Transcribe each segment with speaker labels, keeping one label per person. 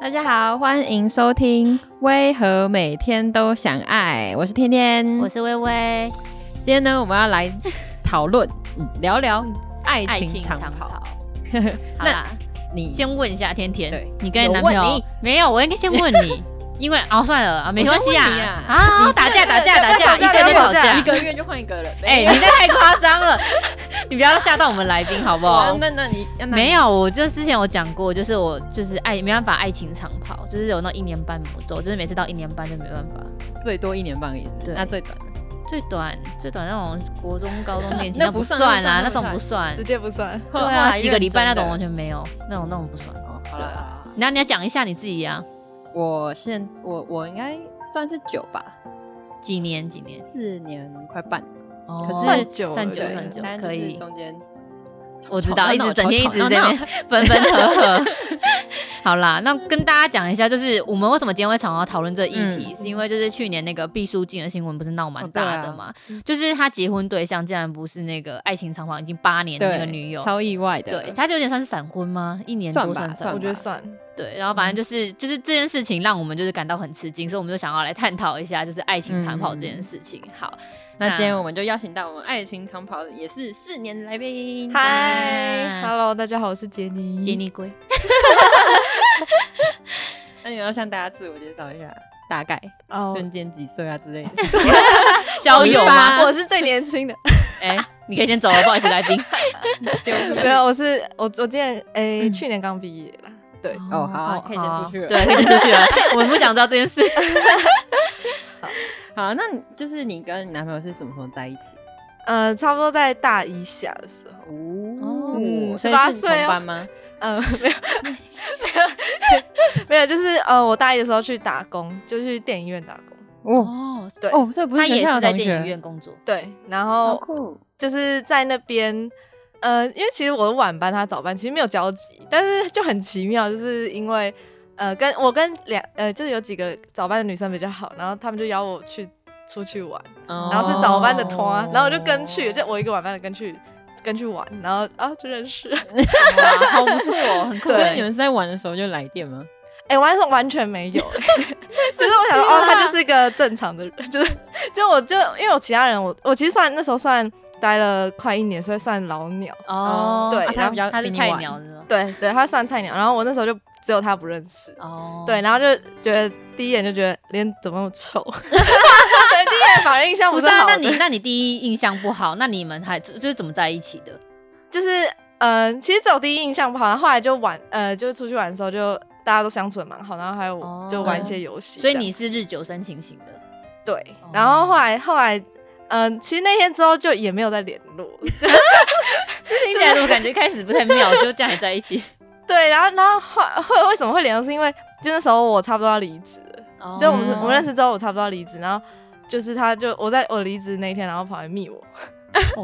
Speaker 1: 大家好，欢迎收听《为何每天都想爱》，我是天天。
Speaker 2: 我是微微，
Speaker 1: 今天呢，我们要来讨论、嗯聊聊爱
Speaker 2: 爱
Speaker 1: 情
Speaker 2: 情
Speaker 1: 长
Speaker 2: 长
Speaker 1: 跑。
Speaker 2: 跑。好
Speaker 1: 那
Speaker 2: 啦，
Speaker 1: 你
Speaker 2: 先问一下天天
Speaker 1: 对，
Speaker 2: 你跟你
Speaker 1: 有
Speaker 2: 男朋
Speaker 1: 问
Speaker 2: 友
Speaker 1: 你
Speaker 2: 没有？我应该先问 你，因为哦算了啊，没关系
Speaker 1: 我先问你
Speaker 2: 啊
Speaker 1: 啊，
Speaker 2: 啊
Speaker 1: 你
Speaker 2: 打架
Speaker 1: 真的
Speaker 2: 打架
Speaker 1: 不要不
Speaker 2: 打架，
Speaker 1: 要
Speaker 2: 一个
Speaker 1: 不
Speaker 2: 就
Speaker 1: 要
Speaker 2: 吵架
Speaker 1: 一。个月就换一个人。
Speaker 2: 哎，你这太夸张了，你不要吓到我们来宾好不好
Speaker 1: 哇，？那那你那
Speaker 2: 没有，我就之前有讲过，就是我就是爱没办法爱情长跑，就是有那种一年半魔咒，就是每次到一年半就没办法。
Speaker 1: 最多一年半个月，
Speaker 2: 对
Speaker 1: 那最短的
Speaker 2: 最短最短那种国中高中恋 情
Speaker 1: 那
Speaker 2: 那
Speaker 1: 不
Speaker 2: 不
Speaker 1: 算
Speaker 2: 算
Speaker 1: 那
Speaker 2: 啊，
Speaker 1: 不算那
Speaker 2: 那
Speaker 1: 不
Speaker 2: 种不算
Speaker 3: 直。接不算。
Speaker 2: 对
Speaker 1: 后来
Speaker 2: 啊，
Speaker 1: 认
Speaker 2: 几个礼拜那
Speaker 1: 真的
Speaker 2: 种完全没有，那种那种不算。
Speaker 1: 哦，好
Speaker 2: 对
Speaker 1: 了，
Speaker 2: 啊，那你要讲一下你自己啊，
Speaker 1: 我现我我应该算是九吧，
Speaker 2: 几年几年？
Speaker 1: 四年快半，
Speaker 2: 哦
Speaker 1: 可是
Speaker 2: 算
Speaker 3: 算
Speaker 2: 久
Speaker 3: 久
Speaker 2: 算
Speaker 3: 了
Speaker 2: 久
Speaker 3: 对
Speaker 2: 算久
Speaker 1: 但，就是
Speaker 2: 可以。
Speaker 1: 中间
Speaker 2: 我知
Speaker 1: 吵
Speaker 2: 道，
Speaker 1: 闹
Speaker 2: 一直
Speaker 1: 闹
Speaker 2: 整天一
Speaker 1: 吵
Speaker 2: 直
Speaker 1: 闹
Speaker 2: 在那
Speaker 1: 闹
Speaker 2: 边分分合合。 好啦，那跟大家讲一下，就是我们为什么今天会想要讨论这议
Speaker 1: 嗯
Speaker 2: 题，是因为就是去年那个毕书尽的新闻不是闹蛮
Speaker 1: 哦对啊
Speaker 2: 大的嘛，就是他结婚对象竟然不是那个爱情长跑已经八年的那个女友，
Speaker 1: 超意外的，
Speaker 2: 对，他就有点算是闪婚吗？一年
Speaker 1: 算
Speaker 2: 多
Speaker 1: 吧
Speaker 2: 算
Speaker 1: 算嗯
Speaker 2: 吧
Speaker 1: 吧
Speaker 3: 我觉得算，
Speaker 2: 对，然后反正就是就是这件事情让我们就是感到很吃惊，所以我们就想要来探讨一下就是爱情长跑这
Speaker 1: 嗯
Speaker 2: 件事情。好，
Speaker 1: 那今天我们就邀请到我们爱情长跑的也是四年的来宾，
Speaker 3: 嗨，Hello，大家好，我是杰
Speaker 1: 嗯
Speaker 3: 尼。
Speaker 2: 杰，尼龟，
Speaker 1: 那你要向大家自我介绍一下，大概
Speaker 3: 哦，
Speaker 1: 瞬间几岁啊之 类的，
Speaker 2: 交友啊吗？
Speaker 3: 我是最年轻的，
Speaker 2: 哎、你可以先走了，不好意思，来宾。
Speaker 3: 没有，我是我我今年诶，去年刚毕业啦。对，
Speaker 1: 哦好啊可以先
Speaker 2: 好啊
Speaker 1: 出去了
Speaker 2: 对，可以先出去了。我们不想知道这件事。
Speaker 1: 好，那你就是你跟你男朋友是什么时候在一起？
Speaker 3: 呃，差不多在大一下的时候，
Speaker 1: 哦
Speaker 3: 嗯
Speaker 1: 所以
Speaker 3: 18
Speaker 1: 是你
Speaker 3: 岁
Speaker 1: 同
Speaker 3: 哦
Speaker 1: 班吗？
Speaker 3: 嗯，没有，没有， 就是呃，我大一的时候去打工，就去电影院打工。
Speaker 1: 哦
Speaker 2: 哦，
Speaker 3: 对
Speaker 1: 哦，所以不
Speaker 2: 他
Speaker 1: 是
Speaker 2: 也
Speaker 1: 学校的
Speaker 2: 是在
Speaker 1: 同
Speaker 2: 电影
Speaker 1: 学，
Speaker 2: 院工作。
Speaker 3: 对，然
Speaker 1: 好
Speaker 3: 后
Speaker 1: 哦酷，
Speaker 3: 就是在那边，呃，因为其实我是晚班，他早班，其实没有交集，但是就很奇妙，就是因为呃，跟我跟两呃，就是有几个早班的女生比较好，然后她们就邀我去出去玩，
Speaker 2: 哦
Speaker 3: 然后是早班的拖，啊然后我就跟去，
Speaker 1: 哦
Speaker 3: 就我一个晚班的跟去跟去玩，然后啊就认识，
Speaker 2: 哇，好不 错哦，很酷
Speaker 1: 所以
Speaker 2: 哎。
Speaker 1: 你们是在玩的时候就来电吗？
Speaker 3: 哎、我完全完全没 有、 欸，就是我想说，哦，他就是一个正常的人，就是就我就因为我其他人，我我其实算那时候算待了快一年，所以算老鸟。
Speaker 2: 哦，
Speaker 3: 对
Speaker 1: 啊
Speaker 3: 然
Speaker 1: 他
Speaker 3: 后
Speaker 1: 比较
Speaker 2: 他是
Speaker 1: 比你
Speaker 2: 菜
Speaker 1: 晚
Speaker 2: 鸟是吗？
Speaker 3: 对对，他算菜鸟，然后我那时候就只有他不认识，
Speaker 2: 哦，
Speaker 3: 对，然后就觉得第一眼就觉得脸怎么那么 臭，对，第一眼反而印象
Speaker 2: 不
Speaker 3: 不
Speaker 2: 是
Speaker 3: 是
Speaker 2: 啊，
Speaker 3: 好
Speaker 2: 那
Speaker 3: 的，
Speaker 2: 你那你第一印象不好，那你们还就就是怎么在一起的？
Speaker 3: 就是嗯、呃其实只有第一印象不好，然后后来就玩，呃，就出去玩的时候就大家都相处的蛮好，然后还有
Speaker 2: 哦
Speaker 3: 就玩一些游戏这
Speaker 2: 所
Speaker 3: 样，
Speaker 2: 以你是日久生情型的，
Speaker 3: 对
Speaker 2: 哦，
Speaker 3: 然后后来后来。嗯，其实那天之后就也没有再联络，
Speaker 2: 听起来怎么感觉开始不太 妙，就这样还在一起？
Speaker 3: 对，然后然后后会为什么会联络，是因为就那时候我差不多要离职了，
Speaker 2: 哦
Speaker 3: 就我们是、
Speaker 1: 哦
Speaker 3: 我们认识之后，我差不多要离职，然后就是他就我在我离职那一天，然后跑来密我，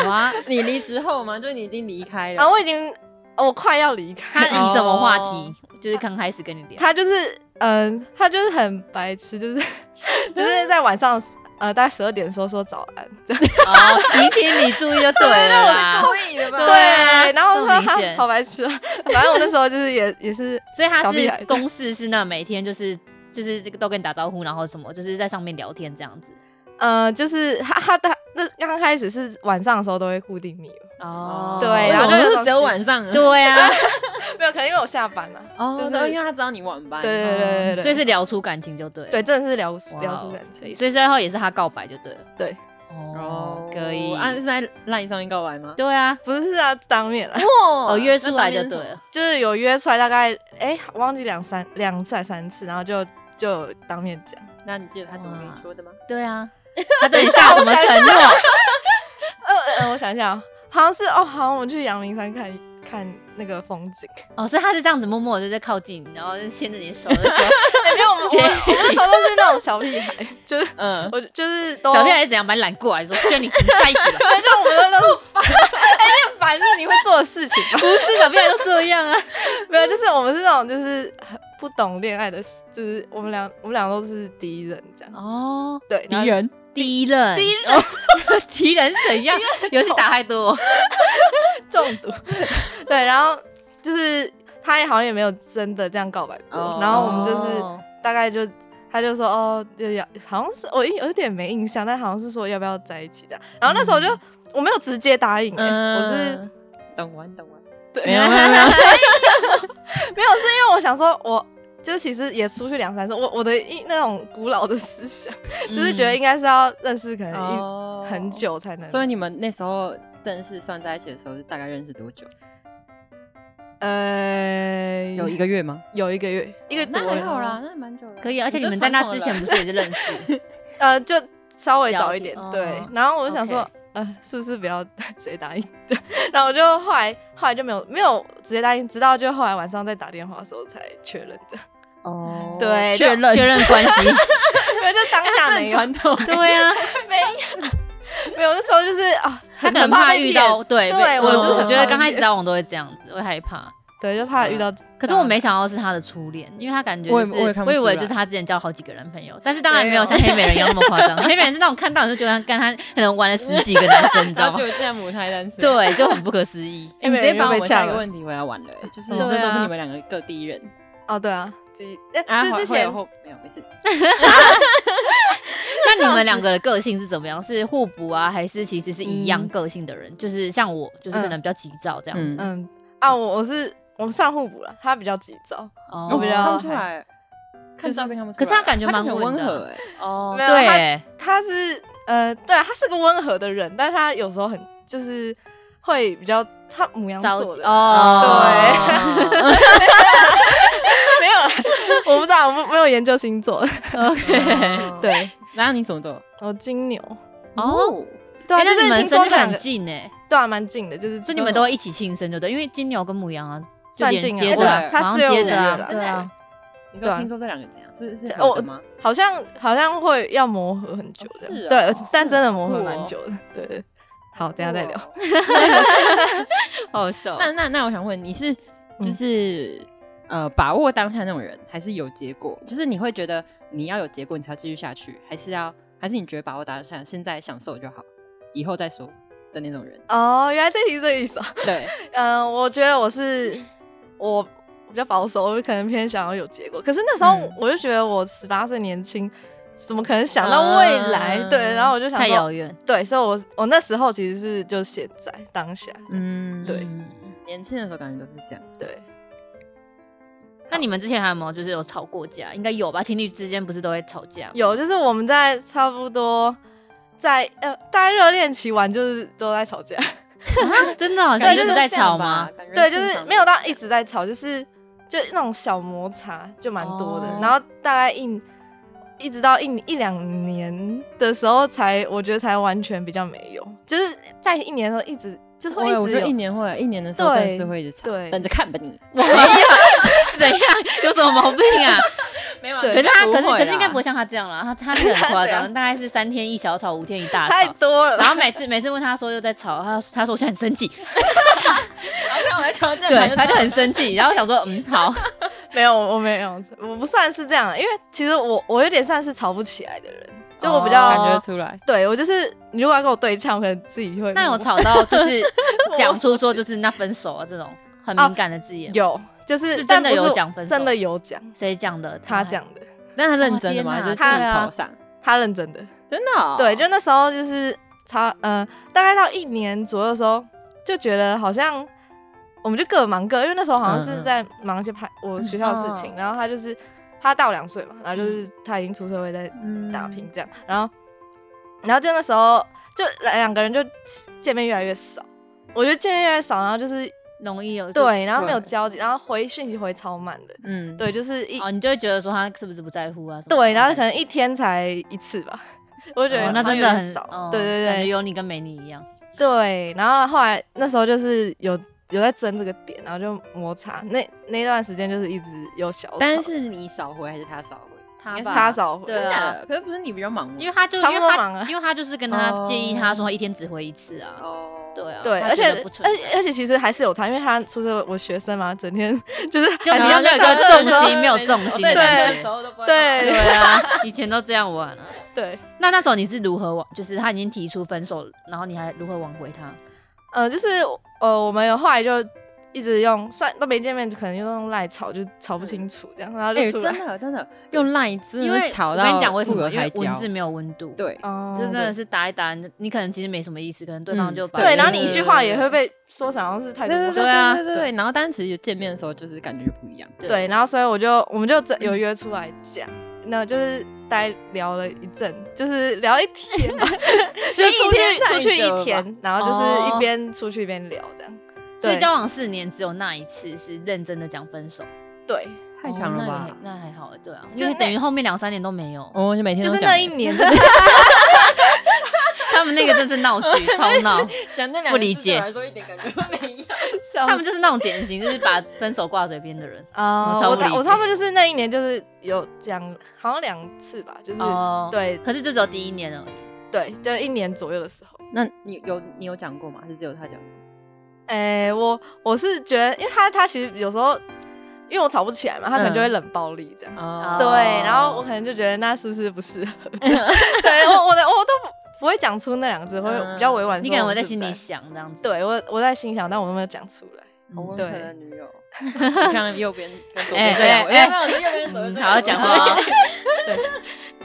Speaker 2: 哇，
Speaker 1: 你离职后吗？就是你已经离开了，
Speaker 3: 然后啊我已经我快要离
Speaker 2: 他
Speaker 3: 开，
Speaker 2: 以什么话题
Speaker 1: 哦？
Speaker 2: 就是刚开始跟你聊，
Speaker 3: 他 就是嗯、他就是很白痴，就是 就是在晚上呃大概十二点说说早安，这样
Speaker 2: 哦，引起你注意就对了啦。
Speaker 1: 故意的吧
Speaker 2: 对啊
Speaker 3: 对，然后我
Speaker 2: 这么
Speaker 3: 说
Speaker 2: 明
Speaker 3: 哈
Speaker 2: 显
Speaker 3: 好白痴啊，反正我那时候就是也也是
Speaker 2: 所以他
Speaker 3: 小屁
Speaker 2: 是
Speaker 3: 孩
Speaker 2: 公式是那每天就是就是这个都跟你打招呼，然后什么就是在上面聊天这样子。
Speaker 3: 呃就是他他他那刚开始是晚上的时候都会固定密我，
Speaker 2: 哦，
Speaker 3: 对
Speaker 1: 为什
Speaker 3: 然后
Speaker 1: 么
Speaker 3: 就
Speaker 1: 都
Speaker 3: 有
Speaker 1: 是只有
Speaker 3: 东西
Speaker 1: 晚上啊，
Speaker 2: 对啊，
Speaker 3: 没有可能因为我下班了、啊
Speaker 1: 哦，
Speaker 3: 就是
Speaker 1: 对因为他知道你晚班，
Speaker 3: 对对对对对，
Speaker 2: 所以是聊出感情就对了。
Speaker 3: 对，真的是聊
Speaker 2: 哇哦，
Speaker 3: 聊出感情，
Speaker 2: 所以最后也是他告白就对了。
Speaker 3: 对，
Speaker 2: 哦，可以，
Speaker 1: 啊，是在赖上面告白吗？
Speaker 2: 对啊，
Speaker 3: 不是啊，当面了，
Speaker 1: 哇
Speaker 2: 哦，约出来就对。了。
Speaker 3: 就是有约出来，大概哎、我忘记两三两次还三次，然后就就有当面讲，
Speaker 1: 那你记得他怎么跟你说的吗？
Speaker 2: 对 啊，他对你下什么承诺？
Speaker 3: 呃呃，我想一下哦，好像是哦，好像我们去阳明山看看那个风 景，
Speaker 2: 哦，所以他是这样子默默的就在靠近你，然后就牵着你的手就 说，
Speaker 3: 哎、没有， 我们我们我们那时候都是那种小屁孩，就是
Speaker 1: 嗯，
Speaker 3: 我就是都
Speaker 2: 小屁孩是怎样把你揽过来说，跟你在一起了。
Speaker 3: 对，就我们都都是 烦，哎、那烦是你会做的事情吧？
Speaker 2: 不是小屁 孩都这样啊，
Speaker 3: 没有，就是我们是那种就是很不懂恋爱的，就是我们俩我们俩都是第一人这样，
Speaker 2: 哦，
Speaker 3: 对，然后
Speaker 1: 敌人
Speaker 2: 敌人，
Speaker 3: 敌
Speaker 2: 人，敌人怎样？游戏打太多，
Speaker 3: 中毒。对，然后就是他也好像也没有真的这样告白过。
Speaker 1: 哦
Speaker 3: 然后我们就是
Speaker 2: 哦
Speaker 3: 大概就他就说哦，就要好像是我有有点没印象，但好像是说要不要在一起这样。然后那时候我就、
Speaker 1: 嗯
Speaker 3: 我没有直接答应、欸，我是
Speaker 1: 懂玩懂玩，
Speaker 3: 对
Speaker 1: 嗯没有没有没有
Speaker 3: 没有，是因为我想说我。就是其实也出去两三次，我我的一那种古老的思想，就是觉得应该是要认识可能一、
Speaker 1: 嗯哦
Speaker 3: 很。久才能，
Speaker 1: 所以你们那时候正式算在一起的时候，是大概认识多久？
Speaker 3: 呃
Speaker 1: 有一个月吗？
Speaker 3: 有一个月，一个多
Speaker 1: 那还
Speaker 3: 月
Speaker 1: 好啦，那还蛮久的。
Speaker 2: 可以啊，而且你们在那之前不是也是认识？
Speaker 3: 呃，就稍微早一点
Speaker 2: 了解，
Speaker 3: 对
Speaker 2: 哦。
Speaker 3: 然后我就想说
Speaker 2: OK，
Speaker 3: 呃，是不是不要 直接答应？对。然后我就后来后来就没有没有直接答应，直到就后来晚上在打电话的时候才确认的，
Speaker 1: 哦
Speaker 3: 对
Speaker 1: 确认
Speaker 2: 确认关系，
Speaker 3: 因为就当 下没
Speaker 1: 很
Speaker 3: 有
Speaker 1: 传统。
Speaker 2: 对啊，
Speaker 3: 没有没有，那 时候就是啊，
Speaker 2: 他
Speaker 3: 很
Speaker 2: 可能
Speaker 3: 很怕
Speaker 2: 怕
Speaker 3: 被
Speaker 2: 遇
Speaker 3: 骗
Speaker 2: 到，对
Speaker 3: 对
Speaker 2: 被
Speaker 3: 我
Speaker 1: 真的
Speaker 2: 我
Speaker 1: 很
Speaker 2: 觉
Speaker 1: 怕
Speaker 2: 得
Speaker 1: 被
Speaker 2: 刚开始交往都会这样子，会害怕。
Speaker 3: 对，就怕遇到。
Speaker 1: 哎
Speaker 2: 可是我没想到是他的初恋，因为他感觉
Speaker 1: 我也
Speaker 2: 就是
Speaker 1: 我也看不
Speaker 2: 我以
Speaker 1: 出
Speaker 2: 为
Speaker 1: 来
Speaker 2: 就是他之前交好几个男朋友，但是当然
Speaker 3: 没
Speaker 2: 没有
Speaker 3: 有
Speaker 2: 像黑美人一样那么夸张。黑美人是那种看到你就觉得他干他可能玩了十几个男 生，你知道
Speaker 1: 然
Speaker 2: 吗
Speaker 1: 啊后？就这样母胎单身。
Speaker 2: 对，就很不可思议。
Speaker 1: 哎，你直接把我
Speaker 3: 被
Speaker 1: 下
Speaker 3: 呛
Speaker 1: 一
Speaker 3: 了
Speaker 1: 个问题回来玩了，哎就是
Speaker 2: 嗯
Speaker 1: 这
Speaker 2: 对
Speaker 1: 都是
Speaker 2: 啊
Speaker 1: 你们两个各第一人。
Speaker 3: 哦，对啊，这
Speaker 1: 啊
Speaker 3: 呃这
Speaker 1: 会
Speaker 3: 之
Speaker 1: 会有
Speaker 3: 前
Speaker 1: 后没有没事，
Speaker 2: 那你们两个的个性是怎么样？是互补啊，还是其实是一样
Speaker 3: 嗯
Speaker 2: 个性的人？就是像我，就是可能比较急躁这样子。
Speaker 3: 嗯啊，我我是我们算互补了，他比较急躁，
Speaker 2: 哦
Speaker 3: 我比较
Speaker 1: 看不出来，
Speaker 3: 就
Speaker 1: 看
Speaker 3: 是
Speaker 1: 照片看不出来。
Speaker 2: 可是他感觉蛮
Speaker 1: 很
Speaker 2: 稳
Speaker 1: 温
Speaker 2: 的
Speaker 1: 和
Speaker 3: 欸
Speaker 1: 哎，
Speaker 2: 哦，
Speaker 3: 没有
Speaker 2: 对，
Speaker 3: 他是呃，对啊，他是个温和的人，但他有时候很就是会比较他母羊
Speaker 2: 着
Speaker 3: 座
Speaker 2: 急
Speaker 3: 的哦
Speaker 2: 哦，对。
Speaker 3: 没有啦， 我不知道，我不没有研究星座。
Speaker 2: 哦
Speaker 1: OK，对。
Speaker 3: 对，
Speaker 1: 然后你怎么做？
Speaker 3: 我金牛。
Speaker 2: 哦，
Speaker 3: 对啊，
Speaker 2: 哎
Speaker 3: 就
Speaker 2: 那
Speaker 3: 是
Speaker 2: 你们
Speaker 3: 听说
Speaker 2: 生日
Speaker 3: 这两
Speaker 2: 很
Speaker 3: 个，
Speaker 2: 近哎，
Speaker 3: 对啊，蛮近的，就是
Speaker 2: 所以你们都会一起庆生，对不对？因为金牛跟母羊啊，就
Speaker 3: 算
Speaker 2: 连
Speaker 3: 近
Speaker 2: 接
Speaker 3: 啊。
Speaker 2: 着
Speaker 3: 对啊，
Speaker 2: 啊，
Speaker 3: 他
Speaker 2: 马
Speaker 3: 四
Speaker 2: 上
Speaker 3: 月五
Speaker 2: 接
Speaker 3: 月
Speaker 2: 着
Speaker 3: 啦
Speaker 2: 啊，，
Speaker 1: 真的
Speaker 3: 对啊，
Speaker 1: 你
Speaker 3: 对
Speaker 1: 说
Speaker 3: 啊哦
Speaker 1: 听说这两个怎样？是是
Speaker 3: 这
Speaker 1: 合的吗？
Speaker 3: 好像好像会要磨合很久
Speaker 1: 哦
Speaker 3: 的，
Speaker 1: 是哦是
Speaker 3: 对
Speaker 1: 哦，
Speaker 3: 但真的磨合
Speaker 2: 酷哦
Speaker 3: 蛮久的，对对。好，哦等一下再聊。
Speaker 1: 哇。
Speaker 2: 好笑。
Speaker 1: 那那那我想问，你是
Speaker 3: 嗯
Speaker 1: 就是、呃把握当下那种人，还是有结果？就是你会觉得你要有结果，你才要继续下去，还是要还是你觉得把握当下，现在享受就好，以后再说的那种人？
Speaker 3: 哦，原来这题是这个意思啊。
Speaker 1: 对，
Speaker 3: 嗯，我觉得我是我比较保守，我可能偏想要有结果。可是那时候
Speaker 1: 嗯
Speaker 3: 我就觉得我十八岁年轻，怎么可能想到未来？
Speaker 2: 嗯
Speaker 3: 对，然后我就想
Speaker 2: 太
Speaker 3: 说
Speaker 2: 遥，远，
Speaker 3: 对，所以我我那时候其实是就现在当下， 嗯，
Speaker 1: 嗯，
Speaker 3: 对
Speaker 2: 嗯。
Speaker 1: 年轻的时候感觉都是这样。
Speaker 3: 对，
Speaker 2: 那你们之前还有没有就是有吵过架？应该有吧？情侣之间不是都会吵架吗？
Speaker 3: 有就是我们在差不多在呃大概热恋期完就是都在吵架，
Speaker 2: 啊真的哦，
Speaker 3: 对
Speaker 2: 一
Speaker 3: 就
Speaker 2: 直
Speaker 3: 是
Speaker 2: 在吵吗？？
Speaker 3: 对，就是没有到一直在吵，就是就那种小摩擦就蛮多的，
Speaker 2: 哦
Speaker 3: 然后大概一一直到一一两年的时候才，我觉得才完全比较没有，就是在一年的时候一直就是
Speaker 2: 哦
Speaker 3: 会
Speaker 1: 会，我
Speaker 3: 一
Speaker 1: 觉
Speaker 3: 直
Speaker 1: 得一
Speaker 3: 有。
Speaker 1: 年会，一年的时候真的
Speaker 3: 对
Speaker 1: 是会一直吵，
Speaker 3: 对
Speaker 1: 等着看吧你。
Speaker 2: 我没有 怎样？有什么毛病啊？
Speaker 1: 没有
Speaker 3: 啊
Speaker 2: 可是他，可是可是应该不
Speaker 1: 会
Speaker 2: 会像他这样啦，他他是很夸
Speaker 3: 他怎
Speaker 2: 张，
Speaker 3: 样
Speaker 2: 大概是三天一小吵，五天一大
Speaker 3: 太
Speaker 2: 吵。
Speaker 3: 多了
Speaker 2: 然后
Speaker 3: 吧，
Speaker 2: 每次每次问他说又在吵，他他说我现在很生气，
Speaker 1: 啦。看我在 床上
Speaker 2: 对，他就很生气，然后想说嗯 好，
Speaker 3: 没有，我没有，我不算是这样，因为其实我我有点算是吵不起来的人，就我比较、
Speaker 2: 哦
Speaker 1: 感觉出来。
Speaker 3: 对我就是，你如果要跟我对呛，我可能自己会
Speaker 2: 那有
Speaker 3: 默
Speaker 2: 吵到 就是讲出说就是那分手啊这种很敏感的字眼，
Speaker 3: 哦有，就是
Speaker 2: 是真
Speaker 3: 但
Speaker 2: 的
Speaker 3: 不是
Speaker 2: 有讲分手
Speaker 3: 真的有讲，
Speaker 2: 谁讲的？
Speaker 3: 他，讲的，
Speaker 1: 那他认真的
Speaker 2: 哇
Speaker 1: 吗？还
Speaker 2: 哦天哪
Speaker 1: 是自己
Speaker 2: 对啊
Speaker 1: 头上？
Speaker 3: 他认真的，
Speaker 1: 真的哦？
Speaker 3: 对，就那时候就是差呃，大概到一年左右的时候，就觉得好像我们就各忙各，因为那时候好像
Speaker 1: 嗯嗯
Speaker 3: 是在忙一些拍我学校的事情，
Speaker 2: 哦嗯
Speaker 3: 然后他就是他大我两岁嘛，然后就是他已经出社会在
Speaker 1: 嗯
Speaker 3: 打拼这样，然后然后就那时候就两个人就见面越来越少，我觉得见面越来越少，然后就是
Speaker 2: 容易有
Speaker 3: 对，然后没有
Speaker 1: 对
Speaker 3: 交集，然后回讯息回超慢的，
Speaker 1: 嗯，
Speaker 3: 对，就是一
Speaker 2: 哦，你就会觉得说他是不是不在乎啊？什么
Speaker 3: 对，然后
Speaker 2: 的
Speaker 3: 可能一天才一次吧， 我就觉
Speaker 2: 哦
Speaker 3: 得
Speaker 2: 那
Speaker 3: 好像
Speaker 2: 真
Speaker 3: 有
Speaker 2: 的
Speaker 3: 点
Speaker 2: 很
Speaker 3: 少，
Speaker 2: 哦
Speaker 3: 对对
Speaker 2: 感
Speaker 3: 对
Speaker 2: 觉，有你跟没你一样。
Speaker 3: 对，然后后来那时候就是有有在争这个点，然后就摩擦。那那段时间就是一直有小吵，
Speaker 1: 但是你少回还是他少回？应
Speaker 2: 他
Speaker 1: 该
Speaker 2: 吧
Speaker 1: 是
Speaker 3: 他少回
Speaker 2: 对
Speaker 1: 真
Speaker 2: 啊
Speaker 1: 的，可是不是你比较忙吗？
Speaker 2: 因为他就
Speaker 3: 差不
Speaker 2: 因为
Speaker 3: 多
Speaker 2: 他
Speaker 3: 忙啊
Speaker 2: 因为他就是跟他
Speaker 1: 哦
Speaker 2: 建议他说他一天只回一次啊，
Speaker 1: 哦，
Speaker 2: 对啊，
Speaker 3: 对，
Speaker 2: 他
Speaker 3: 而
Speaker 2: 觉
Speaker 3: 且
Speaker 2: 得不
Speaker 3: 而
Speaker 2: 存在
Speaker 3: 且而且其实还是有差，因为他出生我学生嘛，整天 就是
Speaker 2: 就
Speaker 3: 还
Speaker 2: 比较没
Speaker 3: 是要
Speaker 2: 有一
Speaker 3: 在
Speaker 2: 个
Speaker 3: 上课
Speaker 2: 重
Speaker 3: 的时候
Speaker 2: 心没有重心
Speaker 1: 对
Speaker 2: 的感觉
Speaker 1: 那时哎候都不会
Speaker 3: 对
Speaker 2: 对啊，以前都这样玩啊。
Speaker 3: 对，
Speaker 2: 那那时候你是如何挽？就是他已经提出分手，然后你还如何挽回他？
Speaker 3: 呃，就是呃，我们有后来就。一直用，算都没见面，可能就用赖吵，就吵不清楚这样，然后
Speaker 1: 哎、
Speaker 3: 就出
Speaker 1: 真
Speaker 3: 来。
Speaker 1: 的真的用赖真
Speaker 2: 因
Speaker 1: 的
Speaker 2: 为
Speaker 1: 是嗯吵
Speaker 2: 我
Speaker 1: 到
Speaker 2: 跟你讲为什
Speaker 1: 不
Speaker 2: 么，
Speaker 1: 可
Speaker 2: 因为
Speaker 1: 开
Speaker 2: 文
Speaker 1: 交
Speaker 2: 字没有温度，，
Speaker 1: 对，
Speaker 3: 哦
Speaker 2: 就真的是打一打，你可能其实没什么意思，可能对方
Speaker 1: 嗯
Speaker 2: 就把
Speaker 3: 对，
Speaker 1: 对
Speaker 3: 然后你一
Speaker 1: 对
Speaker 3: 句
Speaker 1: 对
Speaker 3: 话
Speaker 1: 对
Speaker 3: 也
Speaker 1: 对
Speaker 3: 会被说成好像是态度
Speaker 1: 对对
Speaker 3: 不
Speaker 1: 对
Speaker 3: 好。
Speaker 2: 对啊
Speaker 1: 对对对。然后但其实见面的时候就是感觉就不一样。
Speaker 2: 对嗯
Speaker 3: 对，然后所以我就我们就真有约出来讲，那就是大概聊了一阵，就是聊一 天吧，就
Speaker 2: 所以
Speaker 3: 出
Speaker 2: 一天
Speaker 3: 去
Speaker 2: 太
Speaker 3: 出去
Speaker 2: 久了吧
Speaker 3: 一天，然后就是
Speaker 2: 哦
Speaker 3: 一边出去一边聊这样。
Speaker 2: 所以
Speaker 3: 对
Speaker 2: 交往四年只有那一次是认真的讲分手，
Speaker 3: 对，
Speaker 1: 太强
Speaker 2: 哦
Speaker 1: 了
Speaker 2: 那
Speaker 1: 吧
Speaker 2: 也？那还好，对啊，
Speaker 3: 就
Speaker 2: 因为
Speaker 3: 那
Speaker 2: 等于后面两三年都没有，
Speaker 1: 我们每天
Speaker 3: 就
Speaker 1: 都
Speaker 3: 是
Speaker 1: 讲
Speaker 3: 那
Speaker 1: 欸
Speaker 3: 一年，
Speaker 2: 他们那个真是闹剧，超闹，
Speaker 1: 讲那两
Speaker 2: 不
Speaker 1: 个
Speaker 2: 理
Speaker 1: 字对
Speaker 2: 解
Speaker 1: 我来说一点感觉都没有。
Speaker 3: 他
Speaker 2: 他们就是那种典型，就是把分手挂嘴边的人。
Speaker 3: 啊，
Speaker 2: 超
Speaker 3: 我
Speaker 2: 不
Speaker 3: 大
Speaker 2: 理
Speaker 3: 我
Speaker 2: 解
Speaker 3: 差不多就是那一年就是有讲好像两次吧，就是
Speaker 2: 哦，，
Speaker 3: 嗯对
Speaker 2: 可是就只有第一年而已。
Speaker 3: 对，就一年左右的时候。
Speaker 1: 那你有你有讲过吗？还是只有他讲过？
Speaker 3: 哎，我我是觉得，因为他他其实有时候，因为我吵不起来嘛，他可能就会
Speaker 1: 嗯
Speaker 3: 冷暴力这样。
Speaker 1: 哦
Speaker 3: 对，
Speaker 2: 哦
Speaker 3: 然后我可能就觉得那是不是不 适合？对我我的我都不不会讲出那两个字，会比较委婉
Speaker 2: 嗯你
Speaker 3: 说
Speaker 2: 可能
Speaker 3: 我
Speaker 2: 我在
Speaker 3: 是
Speaker 2: 心里
Speaker 3: 在
Speaker 2: 想这样子。
Speaker 3: 对我我在心想，但我都没有讲出来。
Speaker 1: 好温和
Speaker 3: 对
Speaker 1: 的女 友，不像右边跟左边
Speaker 2: 哎
Speaker 1: 这两位，
Speaker 2: 哎哎
Speaker 1: 没有没有，我是右边跟左边
Speaker 2: 嗯，
Speaker 1: 这
Speaker 2: 好好讲话
Speaker 1: 两
Speaker 2: 哦
Speaker 1: 位。。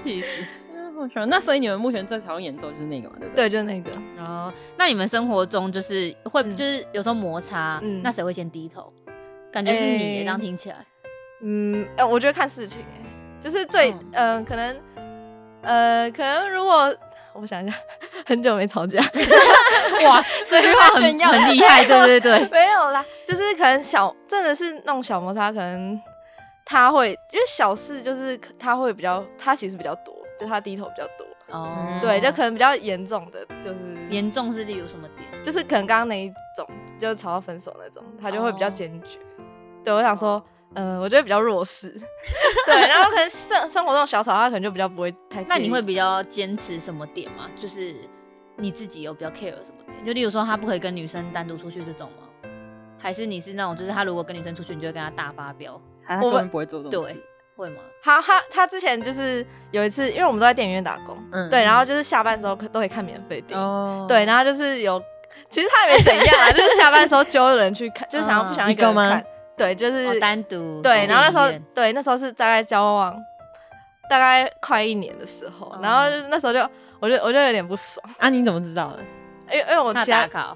Speaker 2: 气死！
Speaker 1: 嗯 好爽那所以你们目前最常演奏就是那个嘛，对不对？
Speaker 3: 对，就是那个，
Speaker 2: 然后，那你们生活中就是会，
Speaker 3: 嗯
Speaker 2: 就是有时候摩擦，
Speaker 3: 嗯
Speaker 2: 那谁会先低头？感觉是你耶，
Speaker 3: 诶
Speaker 2: 这样听起来。
Speaker 3: 嗯，呃我觉得看事情、哎，就是最，
Speaker 1: 嗯
Speaker 3: 嗯、可能，呃，可能如果我想一下，很久没吵 架，
Speaker 2: 哇，这句话很
Speaker 1: 炫耀
Speaker 2: 很厉 害，对对对。
Speaker 3: 没有啦，就是可能小，真的是那种小摩擦，可能他会，因为小事就是他会比较，他其实比较多，就他低头比较多，
Speaker 2: 哦，
Speaker 3: 对，就可能比较严重的，就是
Speaker 2: 严重是例如什么点？
Speaker 3: 就是可能刚刚那一种，就是吵到分手那种，他就会比较
Speaker 2: 哦
Speaker 3: 坚决。对，我想说，嗯、我觉得比较弱势。 对，然后可能生生活中的小吵，他可能就比较不会太介意。
Speaker 2: 那你会比较坚持什么点吗？就是你自己有比较 care 什么点？就例如说他不可以跟女生单独出去这种吗？还是你是那种就是他如果跟女生出去，你就会跟他大发飙，
Speaker 1: 还是他根本不会做这种
Speaker 2: 对
Speaker 1: 事。，
Speaker 2: 会吗？
Speaker 3: 他他他之前就是有一次，因为我们都在电影院打工，
Speaker 1: 嗯
Speaker 3: 对，然后就是下班的时候可都可以看免费电影，
Speaker 1: 哦
Speaker 3: 对，然后就是有，其实他也没怎样啊，就是下班的时候揪人去看，就是想要
Speaker 2: 嗯
Speaker 3: 不想要
Speaker 1: 一个
Speaker 3: 人
Speaker 1: 吗
Speaker 3: 看，对，就是、
Speaker 2: 哦，单独
Speaker 3: 对，然后那
Speaker 2: 电影
Speaker 3: 时候
Speaker 2: 院
Speaker 3: 对那时候是大概交往大概快一年的时候
Speaker 2: 哦，
Speaker 3: 然后就那时候就我就我就有点不爽，
Speaker 1: 啊，你怎么知道的？
Speaker 3: 因为因为我
Speaker 2: 那
Speaker 3: 其
Speaker 2: 打
Speaker 3: 他
Speaker 2: 卡哦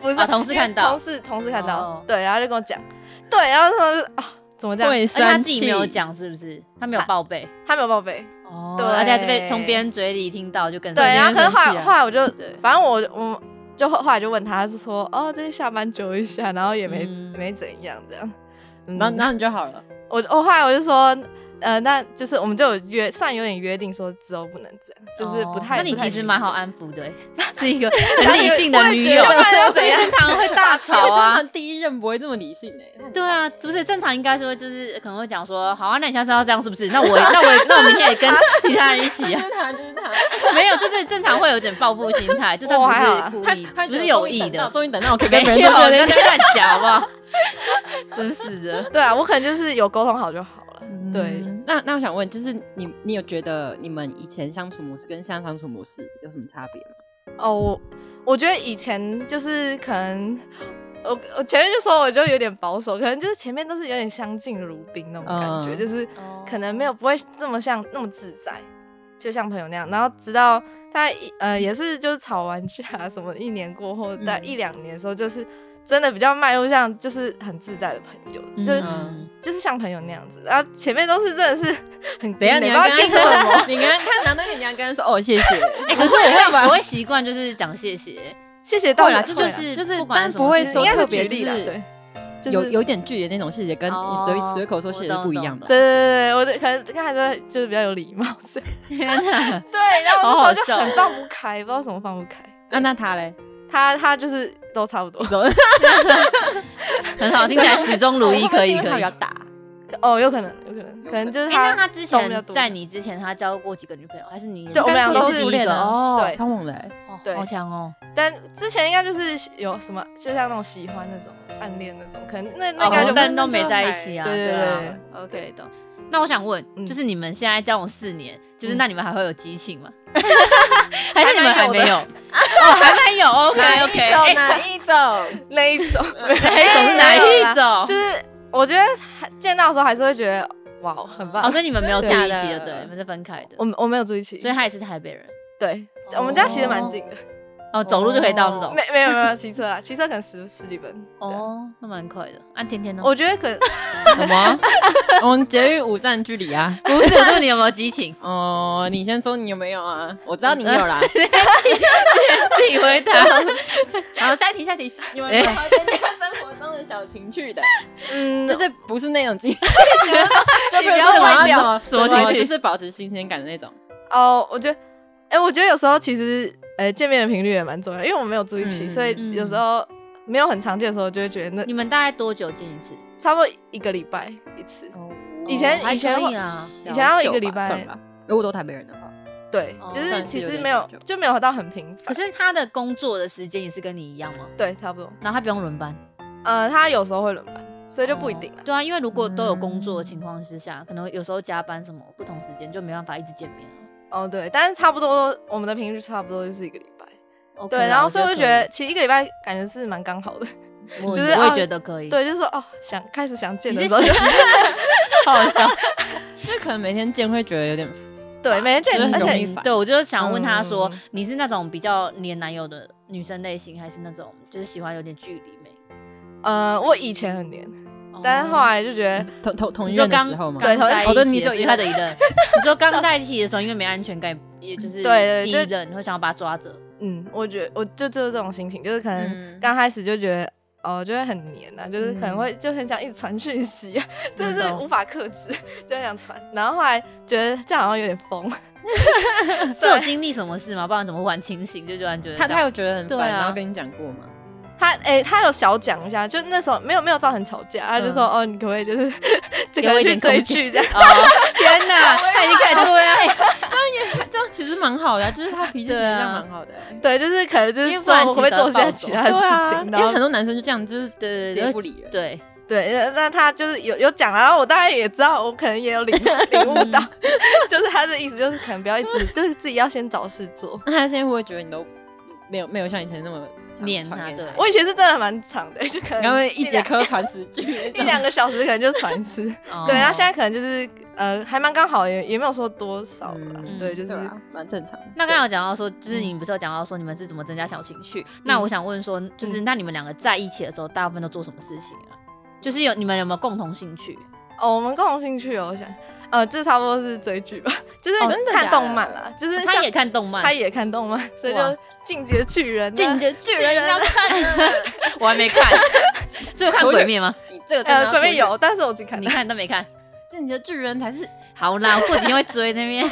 Speaker 3: 不是
Speaker 2: 啊同事
Speaker 3: 因为
Speaker 2: 看到
Speaker 3: 同事同事看到
Speaker 2: 哦，
Speaker 3: 对，然后就跟我讲，对，然后那时候就啊怎么这样，
Speaker 1: 会
Speaker 2: 而且他
Speaker 1: 生
Speaker 2: 自己没
Speaker 1: 气
Speaker 2: 有，讲，是不是？他没有报备
Speaker 3: 他没有报备，
Speaker 2: 哦
Speaker 3: 对
Speaker 2: 而且还是被从别人嘴里听到，就更
Speaker 3: 对，
Speaker 2: 生气
Speaker 3: 然后可是后
Speaker 1: 生气
Speaker 3: 来
Speaker 1: 啊
Speaker 3: 后来我就
Speaker 2: 对
Speaker 3: 反正我我就后后来就问他，他是说哦这是下班揪一下，然后也没
Speaker 2: 嗯
Speaker 3: 没怎样这样，嗯
Speaker 1: 然后然后你就好了。
Speaker 3: 我我后来我就说。呃，那就是我们就有约，算有点约定说之后不能这样，就是不
Speaker 2: 哦
Speaker 3: 太。
Speaker 2: 那你
Speaker 3: 不太
Speaker 2: 其实
Speaker 3: 行
Speaker 2: 蛮好安抚的欸， 是 一个很理性的女友，
Speaker 3: 不然要
Speaker 2: 因
Speaker 3: 怎
Speaker 2: 为
Speaker 3: 样
Speaker 2: 正常会大吵
Speaker 1: 而且通
Speaker 2: 啊。
Speaker 1: 常第一任不会这么理性诶。那很
Speaker 2: 对
Speaker 1: 爽，
Speaker 2: 啊，不是正常应该是会就是可能会讲说，好啊，那你下次要这样是不是？那我那我那我明天也跟其他人一起
Speaker 1: 就
Speaker 2: 啊，
Speaker 1: 是他，就是他，
Speaker 2: 没有，就是正常会有点报复心态，就算
Speaker 3: 我还好啊
Speaker 2: 不是故意，
Speaker 1: 他
Speaker 2: 不是有意的，
Speaker 1: 终于等到终于等到我可以
Speaker 2: 没
Speaker 1: 跟别
Speaker 2: 有，在
Speaker 1: 人做这
Speaker 2: 那
Speaker 1: 件事
Speaker 2: 边乱讲好不好？真是的，
Speaker 3: 对啊，我可能就是有沟通好就好了。 对，
Speaker 1: 嗯那那我想问，就是你你有觉得你们以前相处模式跟现在相处模式有什么差别吗？
Speaker 3: 哦，我我觉得以前就是可能，我我前面就说我就有点保守，可能就是前面都是有点相敬如宾那种感觉，
Speaker 1: 嗯
Speaker 3: 就是可能没有不会这么像那么自在，就像朋友那样。然后直到大概一呃也是就是吵完架啊什么，一年过后大概
Speaker 1: 嗯
Speaker 3: 一两年的时候，就是真的比较迈入像就是很自在的朋友，就是
Speaker 2: 嗯
Speaker 3: 就是像朋友那样子。然后前面都是真的是 很
Speaker 1: 怎样？
Speaker 3: 你
Speaker 1: 你
Speaker 3: 不
Speaker 1: 要
Speaker 3: 知道
Speaker 1: 跟他
Speaker 3: 跟什 么。
Speaker 1: 说，你跟他他拿东西，你要跟他说哦，谢谢。
Speaker 2: 哎，可是我 会我会习惯就是讲谢 谢，
Speaker 3: 谢谢大
Speaker 1: 会
Speaker 3: 家，
Speaker 1: 啦，
Speaker 2: 就
Speaker 1: 就是是
Speaker 2: 就是
Speaker 1: 是，
Speaker 2: 但
Speaker 1: 但
Speaker 2: 不
Speaker 1: 不
Speaker 2: 会
Speaker 1: 会
Speaker 2: 说
Speaker 1: 说
Speaker 3: 应该
Speaker 1: 特
Speaker 3: 是
Speaker 1: 别
Speaker 3: 举
Speaker 1: 就
Speaker 3: 例啦，
Speaker 1: 是
Speaker 3: 对，就是
Speaker 1: 有有点距离的那种谢谢，跟你随
Speaker 2: 哦
Speaker 1: 随口说谢谢
Speaker 2: 我
Speaker 1: 是
Speaker 2: 懂
Speaker 1: 不一样的。
Speaker 3: 对对对，我的可 能刚才的就是比较有礼貌，所以
Speaker 2: 天哪，
Speaker 3: 对，然后
Speaker 2: 好好
Speaker 3: 我那时
Speaker 2: 笑
Speaker 3: 候就很放不开，不知道什么放不开。
Speaker 1: 那那他嘞？
Speaker 3: 他他就是都差不多
Speaker 2: 很好，听起来始终如一，可
Speaker 1: 会不会是
Speaker 2: 以
Speaker 1: 因为他
Speaker 2: 可
Speaker 1: 比
Speaker 2: 以
Speaker 1: 较。 大，
Speaker 3: 哦，有可能，有可能，
Speaker 1: 有可能
Speaker 3: 可能就是
Speaker 2: 哎，
Speaker 3: 他
Speaker 2: 那他之
Speaker 3: 懂比较
Speaker 2: 前
Speaker 3: 多
Speaker 2: 在你之前，他交过几个女朋友？还是你？
Speaker 3: 对我们俩都是
Speaker 2: 一
Speaker 1: 初恋
Speaker 2: 个
Speaker 1: 啊
Speaker 2: 哦，
Speaker 3: 对
Speaker 1: 超猛的欸。
Speaker 2: 哦
Speaker 3: 对
Speaker 2: 好强哦！
Speaker 3: 但之前应该就是有什么，就像那种喜欢那种暗恋那种，可能那那
Speaker 2: 哦
Speaker 3: 应该就
Speaker 2: 但
Speaker 3: 不
Speaker 2: 都
Speaker 3: 是
Speaker 2: 没在一起啊。
Speaker 3: 对对
Speaker 2: 对
Speaker 3: 对
Speaker 2: 啊，OK 懂。那我想问，
Speaker 3: 嗯
Speaker 2: 就是你们现在交往四年，就是
Speaker 3: 嗯
Speaker 2: 那你们还会有激情 吗？还是你们还
Speaker 3: 还
Speaker 2: 没
Speaker 3: 没
Speaker 2: 有？
Speaker 3: 有
Speaker 2: 哦，还没有。OK
Speaker 4: 哪一
Speaker 2: OK，
Speaker 1: 哎
Speaker 4: 种哪一种？
Speaker 3: 那一种，
Speaker 2: 还有是哪
Speaker 3: 没有啦
Speaker 2: 一种？
Speaker 3: 就是我觉得还见到的时候还是会觉得哇，很棒。
Speaker 2: 哦，所以你们没有住一起
Speaker 3: 真的假
Speaker 2: 的，
Speaker 3: 的
Speaker 2: 对，你们是分开的
Speaker 3: 我。们我没有住一起，
Speaker 2: 所以他也是台北人，
Speaker 3: 对、
Speaker 4: 哦
Speaker 3: 我们家其实蛮近的，
Speaker 2: 哦，走路就可以到那种。
Speaker 3: 没没有没有骑车啦，骑车可能十十几分。哦，
Speaker 2: 哦，那蛮快的。啊，甜甜呢？
Speaker 3: 我觉得可能
Speaker 1: 什么？我们捷运五站距离啊。？
Speaker 2: 不是，我说你有没有激情
Speaker 1: 哦，你先说你有没有啊？我知道你有啦。
Speaker 2: 自己 回答。
Speaker 1: 好，下一题，下一题，你们有没有增加生活中的小情趣的？
Speaker 3: 嗯，
Speaker 1: 就是不是那种自己，就比如
Speaker 3: 你不
Speaker 1: 说晚
Speaker 3: 要
Speaker 1: 上
Speaker 3: 歪掉
Speaker 1: 怎么
Speaker 2: 什么
Speaker 1: 怎
Speaker 2: 情趣
Speaker 1: 就是保持新鲜感的那种。
Speaker 3: 哦，我觉得，哎、我觉得有时候其实，呃、见面的频率也蛮重要，因为我们没有住一起，
Speaker 1: 嗯
Speaker 3: 所以有时候没有很常见的时候，就会觉得那
Speaker 2: 你们大概多久见一次？
Speaker 3: 差不多一个礼拜一次。以前
Speaker 2: 还
Speaker 3: 以前
Speaker 2: 可以
Speaker 3: 我
Speaker 2: 啊，
Speaker 3: 以前要一个礼
Speaker 1: 小酒吧
Speaker 3: 拜
Speaker 1: 算，吧，如果都台北人的话，
Speaker 3: 对
Speaker 2: 哦，
Speaker 3: 就是
Speaker 1: 算是
Speaker 3: 其
Speaker 1: 有
Speaker 3: 实
Speaker 1: 点
Speaker 3: 没有
Speaker 1: 久
Speaker 3: 就没有到很频繁，
Speaker 2: 可是他的工作的时间也是跟你一样吗？
Speaker 3: 对，差不多。
Speaker 2: 然后他不用轮班，
Speaker 3: 呃，他有时候会轮班，所以就不一定
Speaker 2: 哦
Speaker 3: 了。嗯
Speaker 2: 对啊，因为如果都有工作的情况之下，可能有时候加班什么不同时间就没办法一直见面了。
Speaker 3: 哦，对，但是差不多我们的频率差不多就是一个礼拜。
Speaker 2: OK
Speaker 3: 对，
Speaker 2: 啦
Speaker 3: 然后所以我
Speaker 2: 我
Speaker 3: 就觉得其实一个礼拜感觉是蛮刚好的。
Speaker 2: 可以，我
Speaker 3: 就是
Speaker 2: 我也
Speaker 3: 哦
Speaker 2: 觉得可以。，
Speaker 3: 对，就是说哦，想开始想见
Speaker 2: 你
Speaker 3: 的
Speaker 2: 是
Speaker 3: 时 候就
Speaker 2: 好笑。
Speaker 1: 就是可能每天见会觉得有点
Speaker 3: 对，每天 见
Speaker 1: 就是，
Speaker 3: 而
Speaker 1: 很容
Speaker 3: 且
Speaker 1: 易烦
Speaker 2: 对，。我就是想问他说，
Speaker 3: 嗯
Speaker 2: 你是那种比较黏男友的女生类型，还是那种就是喜欢有点距离美？
Speaker 3: 呃，我以前很黏，但是后来就觉得
Speaker 1: 同同同
Speaker 2: 你
Speaker 1: 一
Speaker 2: 说
Speaker 1: 任的
Speaker 2: 刚
Speaker 1: 时候吗？
Speaker 2: 刚在一
Speaker 1: 哦，对，
Speaker 2: 起
Speaker 1: 你就
Speaker 2: 的时候
Speaker 1: 一
Speaker 2: 他
Speaker 1: 任
Speaker 2: 的一 任，你说刚在一起的时候，因为没安全感，也就是
Speaker 3: 对对
Speaker 2: 第
Speaker 3: 就
Speaker 2: 一任，你会想要把他抓 着。
Speaker 3: 嗯，我觉得我就就是这种心情，就是可能
Speaker 1: 嗯
Speaker 3: 刚开始就觉得。哦，就会很黏啊，就是可能会就很想一直传讯息啊，真的
Speaker 2: 嗯
Speaker 3: 是
Speaker 2: 懂
Speaker 3: 无法克制，就很想传。然后后来觉得这样好像有点疯，
Speaker 2: 是有经历什么事吗？不然怎么忽然清醒？就突然觉得
Speaker 1: 他
Speaker 2: 这
Speaker 1: 他
Speaker 2: 样
Speaker 1: 有觉得很
Speaker 2: 对
Speaker 1: 烦，
Speaker 2: 啊
Speaker 1: 然后跟你讲过吗？
Speaker 3: 他哎、他有小讲一下，就那时候没有没有造成吵架，他就说、哦，你可不可以就是 这
Speaker 2: 嗯给我
Speaker 3: 个
Speaker 2: 一
Speaker 3: 去
Speaker 2: 点
Speaker 3: 追
Speaker 2: 空间
Speaker 3: 剧这样？
Speaker 2: 哦，天哪，他已经 开始对啊，
Speaker 1: 这样其实蛮好的啊，就是他脾气其实这样蛮好的欸。
Speaker 3: 对，就是可能就
Speaker 2: 因
Speaker 3: 是
Speaker 2: 为不
Speaker 3: 说
Speaker 2: 然
Speaker 3: 我可不可以
Speaker 2: 急着
Speaker 3: 做一些
Speaker 2: 暴走
Speaker 3: 其他
Speaker 1: 对
Speaker 3: 的事
Speaker 1: 啊，
Speaker 3: 情，
Speaker 1: 因
Speaker 3: 然
Speaker 1: 为
Speaker 3: 后
Speaker 1: 很多男生就这样，就是
Speaker 2: 对
Speaker 1: 直
Speaker 2: 对对
Speaker 1: 接不理人。
Speaker 2: 对，
Speaker 3: 对，那那他就是有有讲，啊然后我大概也知道，我可能也有 领领悟到， 就是他的意思就是可能不要一直就是自己要先找事做。
Speaker 1: 那他现在会不会觉得你都没有没有像以前那么常
Speaker 2: 黏
Speaker 1: 传
Speaker 2: 他
Speaker 1: 给
Speaker 2: 对
Speaker 3: 我以前是真的蛮长的，就可
Speaker 1: 你刚
Speaker 3: 能
Speaker 1: 会一节
Speaker 3: 两
Speaker 1: 课传十 句那
Speaker 3: 一
Speaker 1: 种，
Speaker 3: 两个小时可能就传一次。
Speaker 2: 哦
Speaker 3: 对，然后现在可能就是呃还蛮刚好，也也没有说多少了啦。
Speaker 1: 嗯
Speaker 3: 对，就是
Speaker 1: 对啊，蛮正常的。
Speaker 2: 那刚刚有讲到说，就是
Speaker 3: 嗯
Speaker 2: 你不是有讲到说你们是怎么增加小情绪？那我想问说，就是
Speaker 3: 嗯
Speaker 2: 那你们两个在一起的时候，大部分都做什么事情啊？就是有你们有没有共同兴趣？
Speaker 3: 哦，我们共同兴趣哦，我想呃，这差不多是追剧吧，就是
Speaker 1: 哦真的假
Speaker 3: 看
Speaker 1: 的哦
Speaker 3: 动漫啦，就是
Speaker 2: 他
Speaker 3: 像
Speaker 2: 也看动漫，
Speaker 3: 他也看动漫，所以就
Speaker 2: 哇
Speaker 3: 《进阶巨人》啊。
Speaker 1: 进阶巨人一定要看 啊，
Speaker 2: 我还没 看，所以有看鬼灭吗？
Speaker 1: 你嗯这个真的
Speaker 3: 呃，
Speaker 1: 要
Speaker 3: 鬼面
Speaker 1: 出去
Speaker 3: 有，但是我自己看
Speaker 2: 你
Speaker 3: 的。
Speaker 2: 看都没看，
Speaker 1: 进阶巨人才是
Speaker 2: 好啦，我过几天会追那边。
Speaker 3: 嗯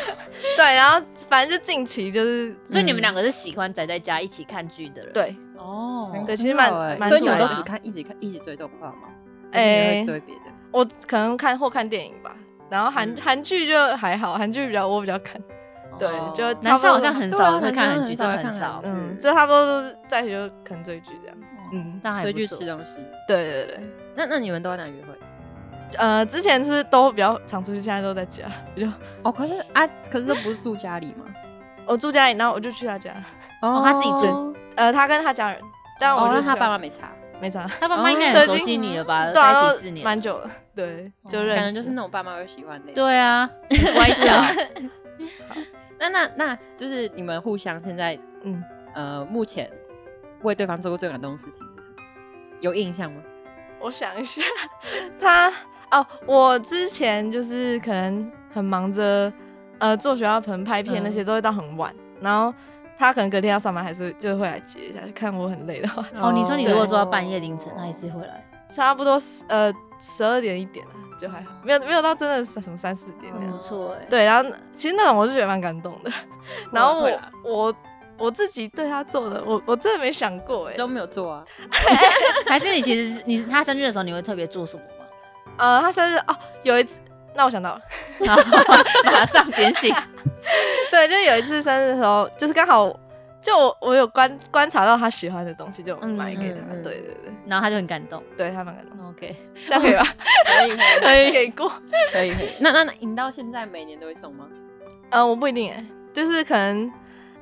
Speaker 3: 对，然后反正就近期就是
Speaker 2: 所以你们两个是喜欢宅在家一起看剧的人，，
Speaker 3: 对，嗯
Speaker 2: 哦，
Speaker 3: 对其实蛮
Speaker 1: 很好欸
Speaker 3: 蛮
Speaker 1: 所以你们
Speaker 2: 帅
Speaker 1: 都
Speaker 2: 的啊
Speaker 1: 只看一起看一起追动画吗？哎，
Speaker 3: 哎
Speaker 1: 会追别的。
Speaker 3: 我可能看或看电影吧，然后韩
Speaker 1: 嗯
Speaker 3: 韩剧就还好，韩剧比较我比较看，对
Speaker 1: 哦，
Speaker 3: 就差
Speaker 2: 男生
Speaker 3: 不多
Speaker 2: 好像很
Speaker 1: 对
Speaker 2: 少
Speaker 1: 啊
Speaker 2: 会看韩
Speaker 1: 男
Speaker 2: 剧，
Speaker 1: 生
Speaker 2: 真
Speaker 1: 很少
Speaker 2: 的很
Speaker 1: 看韩
Speaker 2: 少
Speaker 1: 剧，
Speaker 3: 嗯，就差不多都是在一起就可能追剧这样，
Speaker 1: 哦
Speaker 3: 嗯，
Speaker 2: 但还
Speaker 1: 追
Speaker 2: 不
Speaker 1: 剧
Speaker 2: 错
Speaker 1: 吃东西。
Speaker 3: 对对对，
Speaker 1: 那那你们都在哪约会？
Speaker 3: 呃，之前是都比较常出去，现在都在家，就
Speaker 1: 哦，可是啊，可是都不是住家里吗？
Speaker 3: 我住家里，然后我就去他家，
Speaker 1: 哦
Speaker 2: 他自己住
Speaker 1: 住。
Speaker 3: 呃，他跟他家人，但
Speaker 1: 哦
Speaker 3: 我，就
Speaker 1: 那
Speaker 3: 去
Speaker 1: 他爸妈没查，
Speaker 3: 没啥，
Speaker 2: 他爸妈应该很熟悉你了吧？
Speaker 3: 对啊，
Speaker 2: 在一起
Speaker 3: 都
Speaker 2: 四年，
Speaker 3: 蛮久了，对，就认
Speaker 1: 哦
Speaker 3: 识，
Speaker 1: 感觉就是那种爸妈会喜欢的。，
Speaker 2: 对啊，很乖巧，
Speaker 1: 那那那就是你们互相现在
Speaker 3: 嗯，
Speaker 1: 呃，目前为对方做过最感动的事情是什么？有印象吗？
Speaker 3: 我想一下， 他哦，我之前就是可能很忙着，呃，做学校可能拍
Speaker 1: 嗯
Speaker 3: 片那些都会到很晚，然后他可能隔天要上班，还是就会来接一下，看我很累的话，
Speaker 2: 哦，你说你如果做到半夜凌晨，他也是会来。
Speaker 3: 差不多呃十二点一点吧，就还好，没有没有到真的是什么三四点那样。
Speaker 1: 嗯
Speaker 2: 不错哎，
Speaker 3: 对，然后其实那种我是觉得蛮感动的， 然后
Speaker 1: 会啊
Speaker 3: 我
Speaker 1: 啦
Speaker 3: 我我自己对他做的，我我真的没想过哎、
Speaker 1: 都没有做 啊，
Speaker 2: 还是你其实是你他生日的时候，你会特别做什么 吗？
Speaker 3: 呃，他生日哦，有一次，那我想到了，
Speaker 2: 然后马上点醒，
Speaker 3: 对，就有一次生日的时候，就是刚好就我我有观观察到他喜欢的东西，就
Speaker 2: 嗯
Speaker 3: 买给他。
Speaker 1: 嗯嗯
Speaker 3: 对对对，
Speaker 2: 然后他就很感 动。
Speaker 3: 对他们感动，
Speaker 2: OK，
Speaker 3: 这样可以吧？
Speaker 1: 可以可以
Speaker 3: 给过。
Speaker 1: 可以可以。那那那，你到现在每年都会送吗？
Speaker 3: 嗯，我不一定哎、就是可能，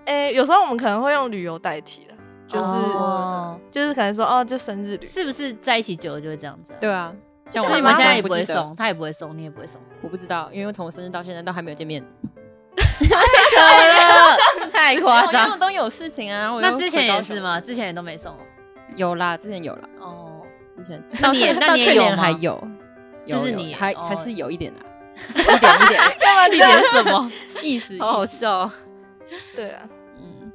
Speaker 3: 哎、有时候我们可能会用旅游代替了，就是、
Speaker 2: 哦
Speaker 3: 就是可能说哦，就生日旅，
Speaker 2: 是不是在一起久了就会这样子、啊？，
Speaker 1: 对啊，像
Speaker 2: 所
Speaker 1: 我
Speaker 2: 以你们现在也
Speaker 1: 不
Speaker 2: 不会
Speaker 1: 记得，
Speaker 2: 送，他也不会送，你也不会 送。
Speaker 1: 我不知道，因为从我生日到现在都还没有见面。
Speaker 2: 太夸
Speaker 1: 因为我
Speaker 2: 张。
Speaker 1: 都有事情啊。我
Speaker 2: 那
Speaker 1: 又
Speaker 2: 之前
Speaker 1: 回高
Speaker 2: 也
Speaker 1: 雄
Speaker 2: 是？吗？之前也都没送哦
Speaker 1: 有啦，之前有啦，
Speaker 2: 哦。
Speaker 1: 之前
Speaker 2: 那
Speaker 1: 到
Speaker 2: 你也
Speaker 1: 去
Speaker 2: 那
Speaker 1: 到
Speaker 2: 你也
Speaker 1: 去
Speaker 2: 有
Speaker 1: 年
Speaker 2: 吗
Speaker 1: 还有，
Speaker 2: 就
Speaker 1: 有
Speaker 2: 是
Speaker 1: 有
Speaker 2: 你
Speaker 1: 还
Speaker 2: 哦
Speaker 1: 还是有一点 啦，一点一点
Speaker 3: 干嘛
Speaker 2: 一
Speaker 3: 这
Speaker 2: 点
Speaker 3: 样？
Speaker 2: 是 什么？
Speaker 1: 意思。
Speaker 2: 好好笑哦。
Speaker 3: 对啊，
Speaker 2: 嗯，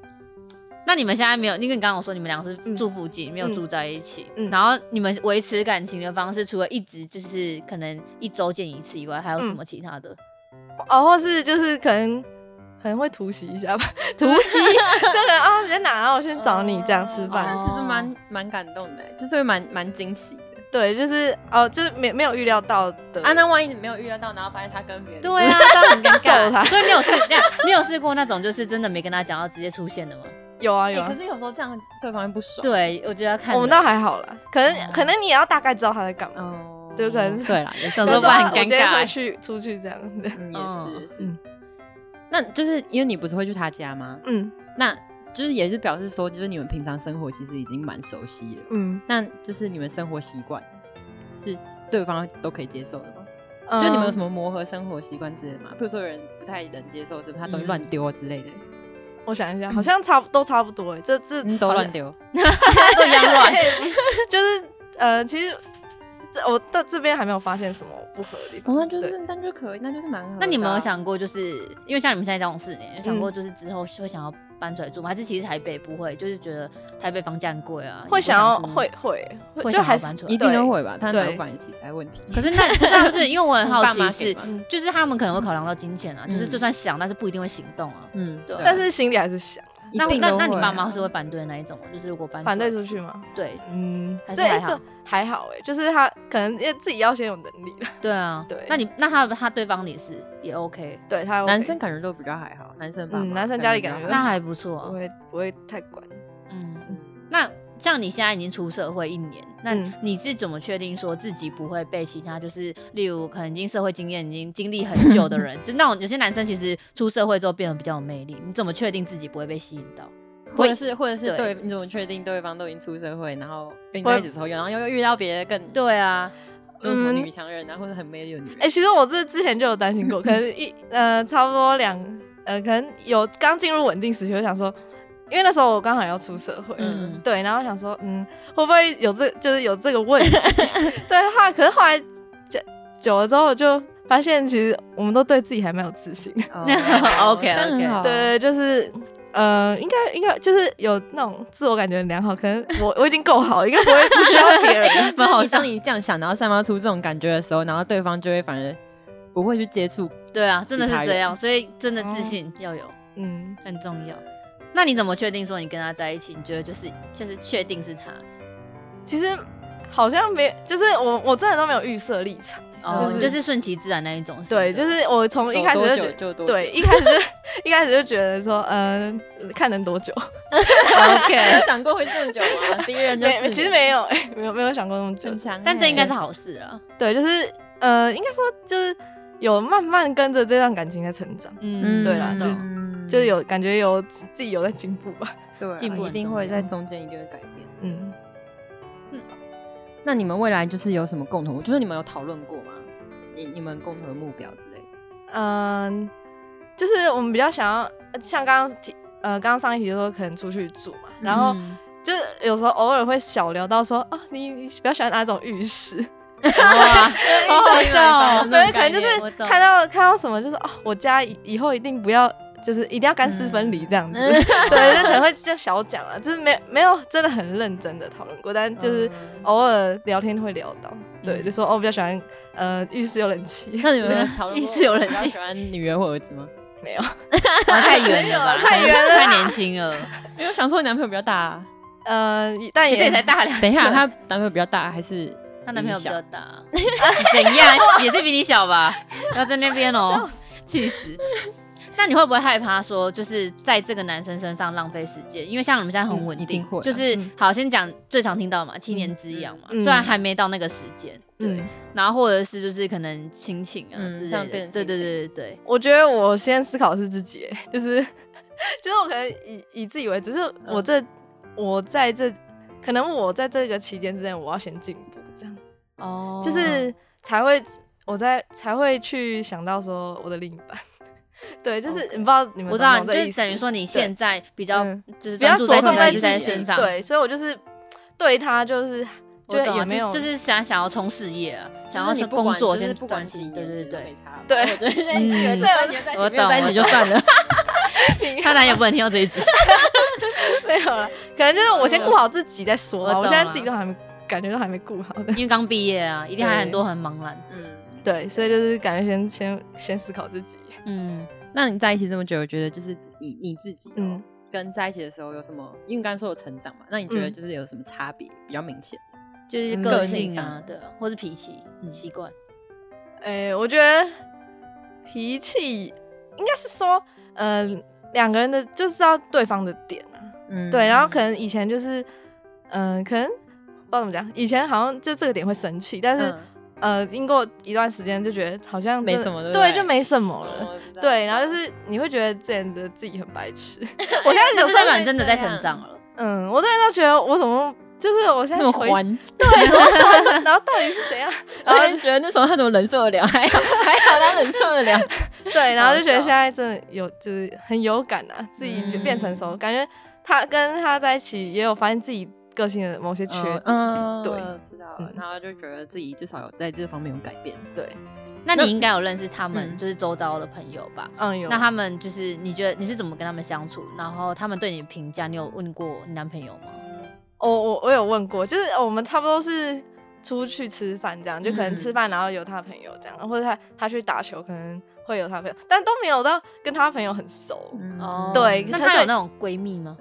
Speaker 2: 那你们现在没有，因为你刚刚我说你们两个是
Speaker 3: 嗯
Speaker 2: 住附近，没有
Speaker 3: 嗯
Speaker 2: 住在一起。
Speaker 3: 嗯
Speaker 2: 然后你们维持感情的方式，除了一直就是可能一周见一次以外，还
Speaker 3: 嗯
Speaker 2: 有什么其他的？
Speaker 3: 哦，或是就是可能可能会突袭 一下吧，突袭，就可能啊、哦、你在哪？然后我先找你这样吃
Speaker 1: 哦
Speaker 3: 饭。
Speaker 1: 那其实蛮蛮感动的欸，就是会蛮蛮惊喜的。
Speaker 3: 对，就是哦，就是没没有预料到的
Speaker 1: 啊，那万一你没有预料到，然后发现他跟别人哎
Speaker 2: 对 啊，这样很尴
Speaker 3: 揍他
Speaker 2: 尬。所以你有试，这样你有试过那种就是真的没跟他讲，要直接出现 的吗？
Speaker 3: 有啊
Speaker 1: 哎、
Speaker 3: 有啊
Speaker 1: 可，是有时候这样对方会不爽。
Speaker 2: 对，我觉得要看
Speaker 3: 我们
Speaker 2: 人
Speaker 3: 倒还好啦，可能可能你也要大概知道他在干嘛，
Speaker 1: 哦，
Speaker 3: 对可 能是
Speaker 1: 对啦，也是
Speaker 2: 有
Speaker 3: 就
Speaker 2: 时候
Speaker 3: 是说
Speaker 2: 不然
Speaker 3: 啊
Speaker 2: 很
Speaker 3: 我
Speaker 2: 尴
Speaker 3: 今天
Speaker 2: 尬
Speaker 3: 会去出去这样的，
Speaker 1: 嗯，
Speaker 2: 嗯
Speaker 1: 也是，
Speaker 3: 嗯
Speaker 1: 嗯，那就是因为你不是会去他家吗？
Speaker 3: 嗯
Speaker 1: 那就是也是表示说，就是你们平常生活其实已经蛮熟悉了，
Speaker 3: 嗯，
Speaker 1: 那就是你们生活习惯是对方都可以接受的吗？
Speaker 3: 嗯
Speaker 1: 就你们有什么磨合生活习惯之类的吗？比如说有人不太能接受，是不是他东西
Speaker 2: 嗯
Speaker 1: 乱丢啊之类的，
Speaker 3: 我想一下，好像差不都差不多欸，这这
Speaker 1: 嗯，都
Speaker 3: 好像
Speaker 1: 乱丢，
Speaker 2: 都一样乱。
Speaker 3: 就是呃，其实这我到这边还没有发现什么不合理。
Speaker 1: 哦，那就
Speaker 3: 对
Speaker 1: 是那就可以，那就是蛮合的啊。
Speaker 2: 那你们有想过，就是因为像你们现在交往四年，有
Speaker 3: 嗯
Speaker 2: 想过就是之后会想要搬出来住吗？还是其实台北不会，就是觉得台北房价很贵啊，
Speaker 3: 会
Speaker 2: 也不
Speaker 3: 想要
Speaker 2: 住
Speaker 3: 会会
Speaker 2: 会
Speaker 3: 就
Speaker 2: 想
Speaker 3: 还
Speaker 2: 要
Speaker 3: 是
Speaker 2: 搬出来
Speaker 1: 一定
Speaker 3: 对
Speaker 1: 都会吧？他
Speaker 3: 对
Speaker 1: 哪有管得起才问题。
Speaker 2: 可是那不是啊不是，因为我很好
Speaker 1: 爸
Speaker 2: 奇
Speaker 1: 妈给
Speaker 2: 是
Speaker 1: 吗，
Speaker 2: 就是他们可能会考量到金钱啊，就是
Speaker 1: 嗯
Speaker 2: 就算想，但是不一定会行动啊。
Speaker 1: 嗯，
Speaker 2: 对
Speaker 3: 但是心里还是想
Speaker 1: 一
Speaker 2: 那
Speaker 1: 定
Speaker 2: 那
Speaker 1: 都
Speaker 2: 那你
Speaker 1: 会
Speaker 2: 爸
Speaker 1: 啊
Speaker 2: 妈是会反对的那一种吗？就是如果搬出
Speaker 3: 反对
Speaker 2: 来
Speaker 3: 出去吗？
Speaker 2: 对
Speaker 3: 嗯，
Speaker 2: 还是
Speaker 3: 这
Speaker 2: 还好
Speaker 3: 这还好哎，就是他可能因为自己要先有能力了，
Speaker 2: 对啊，
Speaker 3: 对
Speaker 2: 那你那他他对方也是也 OK，
Speaker 3: 对他 OK
Speaker 1: 男生感觉都比较还好，男生爸妈
Speaker 3: 嗯男生家里感觉
Speaker 1: 那
Speaker 2: 那还不错
Speaker 3: 不
Speaker 2: 啊。
Speaker 3: 会不会太管。
Speaker 2: 嗯，
Speaker 1: 嗯
Speaker 2: 那像你现在已经出社会一年，那
Speaker 3: 嗯
Speaker 2: 你是怎么确定说自己不会被其他就是例如可能已经社会经验已经经历很久的人，就那种有些男生其实出社会之后变得比较有魅力，你怎么确定自己不会被吸引到？
Speaker 1: 或者是或者是
Speaker 2: 对
Speaker 1: 对，你怎么确定对方都已经出社会，然后跟你
Speaker 3: 会
Speaker 1: 在一起之后，然后又又遇到别的更
Speaker 2: 对啊，
Speaker 1: 就是什么
Speaker 3: 嗯
Speaker 1: 女强人啊，或者很魅力的女人？
Speaker 3: 哎，其实我这之前就有担心过，可能一呃差不多两呃可能有刚进入稳定时期，我想说。因为那时候我刚好要出社会，
Speaker 2: 嗯
Speaker 3: 对，然后想说，嗯，会不会有这就是有这个问题？ 对，后来可是后来久久了之后，我就发现其实我们都对自己还蛮有自信的。
Speaker 1: 哦
Speaker 2: OK，OK
Speaker 1: 这样很好啊
Speaker 3: 对，就是呃，应该应该就是有那种自我感觉很良好，可能我我已经够好，应该不会不需 要别人。
Speaker 1: 就是
Speaker 2: 蛮哎好
Speaker 1: 你
Speaker 2: 笑
Speaker 1: 当你这样想，然后散发出这种感觉的时候，然后对方就会反而不会去接触。
Speaker 2: 对啊，真的
Speaker 1: 其他
Speaker 2: 是
Speaker 1: 人
Speaker 2: 这样，所以真的自
Speaker 3: 哦
Speaker 2: 信要有，
Speaker 3: 嗯，
Speaker 2: 很重要。那你怎么确定说你跟他在一起？你觉得就是就是确定是他？
Speaker 3: 其实好像没，就是我我真的都没有预设立场。
Speaker 2: 哦，
Speaker 3: 就是
Speaker 2: 你就是顺其自然那一种。
Speaker 3: 对，
Speaker 2: 不
Speaker 3: 就是我从一开始就
Speaker 1: 走
Speaker 3: 觉
Speaker 1: 多久就多久
Speaker 3: 对，一开始就 一开始就觉得说，嗯、看能多久？
Speaker 1: 有
Speaker 2: OK。
Speaker 1: 想过会这么久吗？第一人就
Speaker 3: 没，
Speaker 1: 四
Speaker 3: 其实
Speaker 1: 年
Speaker 3: 没有， 哎，没有没有想过那么久
Speaker 1: 很。强欸，
Speaker 2: 但这应该是
Speaker 3: 嗯
Speaker 2: 好事啊。
Speaker 3: 对，就是呃，应该说就是有慢慢跟着这段感情在成长，
Speaker 2: 嗯，
Speaker 3: 对啦
Speaker 2: 懂
Speaker 1: 嗯
Speaker 3: 就是有感觉有自己有在进步吧。
Speaker 1: 对啊
Speaker 2: 进步很
Speaker 1: 一定
Speaker 2: 重
Speaker 1: 会
Speaker 2: 要
Speaker 1: 在中间一定会改变。
Speaker 3: 嗯，
Speaker 1: 那你们未来就是有什么共同？就是你们有讨论过吗？你你们共同的目标之类的？
Speaker 3: 嗯，就是我们比较想要，呃像刚刚提，呃，刚刚上一题就说可能出去住嘛，然后
Speaker 2: 嗯
Speaker 3: 就是有时候偶尔会小聊到说，啊，你你比较喜欢哪种浴室？
Speaker 2: 哇，好好笑哦。
Speaker 3: 对，可能就是
Speaker 2: 我懂
Speaker 3: 看到看到什么，就是哦，我家以以后一定不要，就是一定要干湿分离这样子。
Speaker 1: 嗯
Speaker 3: 对，就可能会这样小讲啊，就是没没有真的很认真的讨论过，但就是
Speaker 1: 嗯
Speaker 3: 偶尔聊天会聊到，对，
Speaker 2: 嗯
Speaker 3: 就说哦，我比较喜欢呃浴室有冷气。
Speaker 1: 那你们呃 有讨论
Speaker 2: 一
Speaker 1: 过
Speaker 2: 直有人
Speaker 1: 比较
Speaker 2: 进
Speaker 1: 喜欢女儿或儿子吗？
Speaker 3: 没有？
Speaker 2: 哇啊太远了吧，
Speaker 3: 太远了
Speaker 2: 太年轻了，
Speaker 1: 因为我想说你男朋友比较大、啊。
Speaker 3: 呃，但
Speaker 2: 这
Speaker 3: 也
Speaker 2: 也才大两。
Speaker 1: 等一下，她男朋友比较大还是
Speaker 2: 她男朋友比
Speaker 1: 比你
Speaker 2: 较
Speaker 1: 小
Speaker 2: 大， 怎样也是比你小吧？不要在那边哦，气死！那你会不会害怕说，就是在这个男生身上浪费时间？因为像你们现在很稳
Speaker 1: 嗯一定会啊
Speaker 2: 就是
Speaker 3: 嗯
Speaker 2: 好，先讲最常听到的嘛，七年之痒嘛，
Speaker 3: 嗯
Speaker 2: 虽然还没到那个时间，对。
Speaker 3: 嗯
Speaker 2: 然后或者是就是可能亲情啊
Speaker 1: 嗯
Speaker 2: 之
Speaker 1: 像
Speaker 2: 类
Speaker 1: 变
Speaker 2: 的，
Speaker 1: 成
Speaker 2: 对对
Speaker 1: 亲
Speaker 2: 对对对，
Speaker 3: 我觉得我先思考的是自己，欸就是就是我可能以以自己为主，只是我
Speaker 2: 嗯
Speaker 3: 这、我在这可能我在这个期间之内，我要先进步，这样
Speaker 2: 哦
Speaker 3: 就是才会我在才会去想到说我的另一半。 对，就是你不知道你们
Speaker 2: 我知
Speaker 3: 懂
Speaker 2: 道，
Speaker 3: 不懂
Speaker 2: 就
Speaker 3: 这意
Speaker 2: 是
Speaker 3: 思
Speaker 2: 等于说你现在比较
Speaker 3: 嗯
Speaker 2: 就是
Speaker 3: 比较
Speaker 2: 专注
Speaker 3: 着
Speaker 2: 在
Speaker 3: 重
Speaker 2: 自
Speaker 3: 在
Speaker 2: 己
Speaker 3: 自
Speaker 2: 的
Speaker 3: 己
Speaker 2: 身上，
Speaker 3: 对，所以我就是对他就是
Speaker 2: 我
Speaker 3: 就
Speaker 2: 懂啊，
Speaker 3: 也没有
Speaker 2: 就是想想要冲事业啊，想
Speaker 1: 就
Speaker 2: 要
Speaker 1: 是你不
Speaker 2: 工
Speaker 1: 管
Speaker 2: 作
Speaker 1: 就
Speaker 2: 先
Speaker 1: 是不管
Speaker 2: 专
Speaker 1: 几年，
Speaker 2: 心对对
Speaker 1: 就是
Speaker 2: 对
Speaker 1: 没。差吧。
Speaker 3: 对
Speaker 1: 我觉得现在一个人
Speaker 2: 嗯
Speaker 1: 半年在一起，
Speaker 2: 我
Speaker 1: 没有
Speaker 2: 懂
Speaker 1: 在一起啊就
Speaker 2: 我懂
Speaker 1: 算 了。
Speaker 2: 她男友不能听到这一集，
Speaker 3: 没有了，可能就是我先顾好自己再说吧。
Speaker 2: 我
Speaker 3: 我
Speaker 2: 懂
Speaker 3: 现
Speaker 2: 啊
Speaker 3: 在自己都还没感觉都还没顾好的，
Speaker 2: 因为刚毕业啊，一定还很多很茫然。
Speaker 1: 嗯，
Speaker 3: 对，所以就是感觉先先先思考自己。
Speaker 2: 嗯，
Speaker 1: 那你在一起这么久，我觉得就是以你自己、嗯
Speaker 3: 嗯，
Speaker 1: 跟在一起的时候有什么？因为刚刚说有成长嘛，那你觉得
Speaker 3: 嗯
Speaker 1: 就是有什么差别比较明显？
Speaker 2: 就是
Speaker 3: 嗯
Speaker 2: 个
Speaker 3: 个
Speaker 1: 性
Speaker 2: 性啊
Speaker 1: 上，
Speaker 2: 对啊，或是脾气、
Speaker 1: 嗯
Speaker 2: 习惯。
Speaker 3: 诶、我觉得脾气应该是说，嗯、两个人的就是知道对方的点啊。
Speaker 1: 嗯，
Speaker 3: 对，然后可能以前就是，嗯、可能不知道怎么讲，以前好像就这个点会生气，
Speaker 1: 嗯
Speaker 3: 但是、呃，经过一段时间就觉得好像
Speaker 1: 没
Speaker 3: 真的
Speaker 1: 什么对不
Speaker 3: 对，
Speaker 1: 对哦
Speaker 3: 就没什么了。
Speaker 1: 了
Speaker 3: 对，然后就是你会觉得之前的自己很白 痴，我现在
Speaker 2: 那就
Speaker 3: 有
Speaker 1: 哎
Speaker 3: 时候
Speaker 2: 代表你真的在
Speaker 1: 这样
Speaker 2: 成长了。
Speaker 3: 嗯，我之前都觉得我怎么就是我现
Speaker 1: 那么
Speaker 3: 在回，
Speaker 1: 欢，
Speaker 3: 然后到底是怎样？
Speaker 1: 然后就觉得那时候他怎么忍受得了？ 还好还好他忍受得了。
Speaker 3: 对，然后就觉得
Speaker 1: 好笑
Speaker 3: 现在真的有就是很有感啊，自己就变成熟，
Speaker 2: 嗯
Speaker 3: 感觉他跟他在一起也有发现自己个性的某些缺点，
Speaker 1: 嗯，
Speaker 3: 对
Speaker 1: 我知道了
Speaker 3: 嗯。
Speaker 1: 然后就觉得自己至少有在这方面有改变。
Speaker 3: 对，
Speaker 2: 那
Speaker 1: 那
Speaker 2: 你应该有认识他们，
Speaker 1: 嗯
Speaker 2: 就是周遭的朋友吧？
Speaker 3: 嗯，有。
Speaker 2: 那他们就是你觉得你是怎么跟他们相处？然后他们对你的评价，你有问过你男朋友
Speaker 1: 嗯
Speaker 2: 吗？
Speaker 3: 我我我有问过，就是我们差不多是出去吃饭这样，就可
Speaker 1: 嗯
Speaker 3: 能吃饭然后有他朋友这样，或者他他去打球可能会有他朋友，但都没有到跟他朋友很熟，
Speaker 1: 嗯
Speaker 2: 哦，
Speaker 3: 对
Speaker 2: 那
Speaker 3: 可是
Speaker 2: 她有那种闺蜜吗？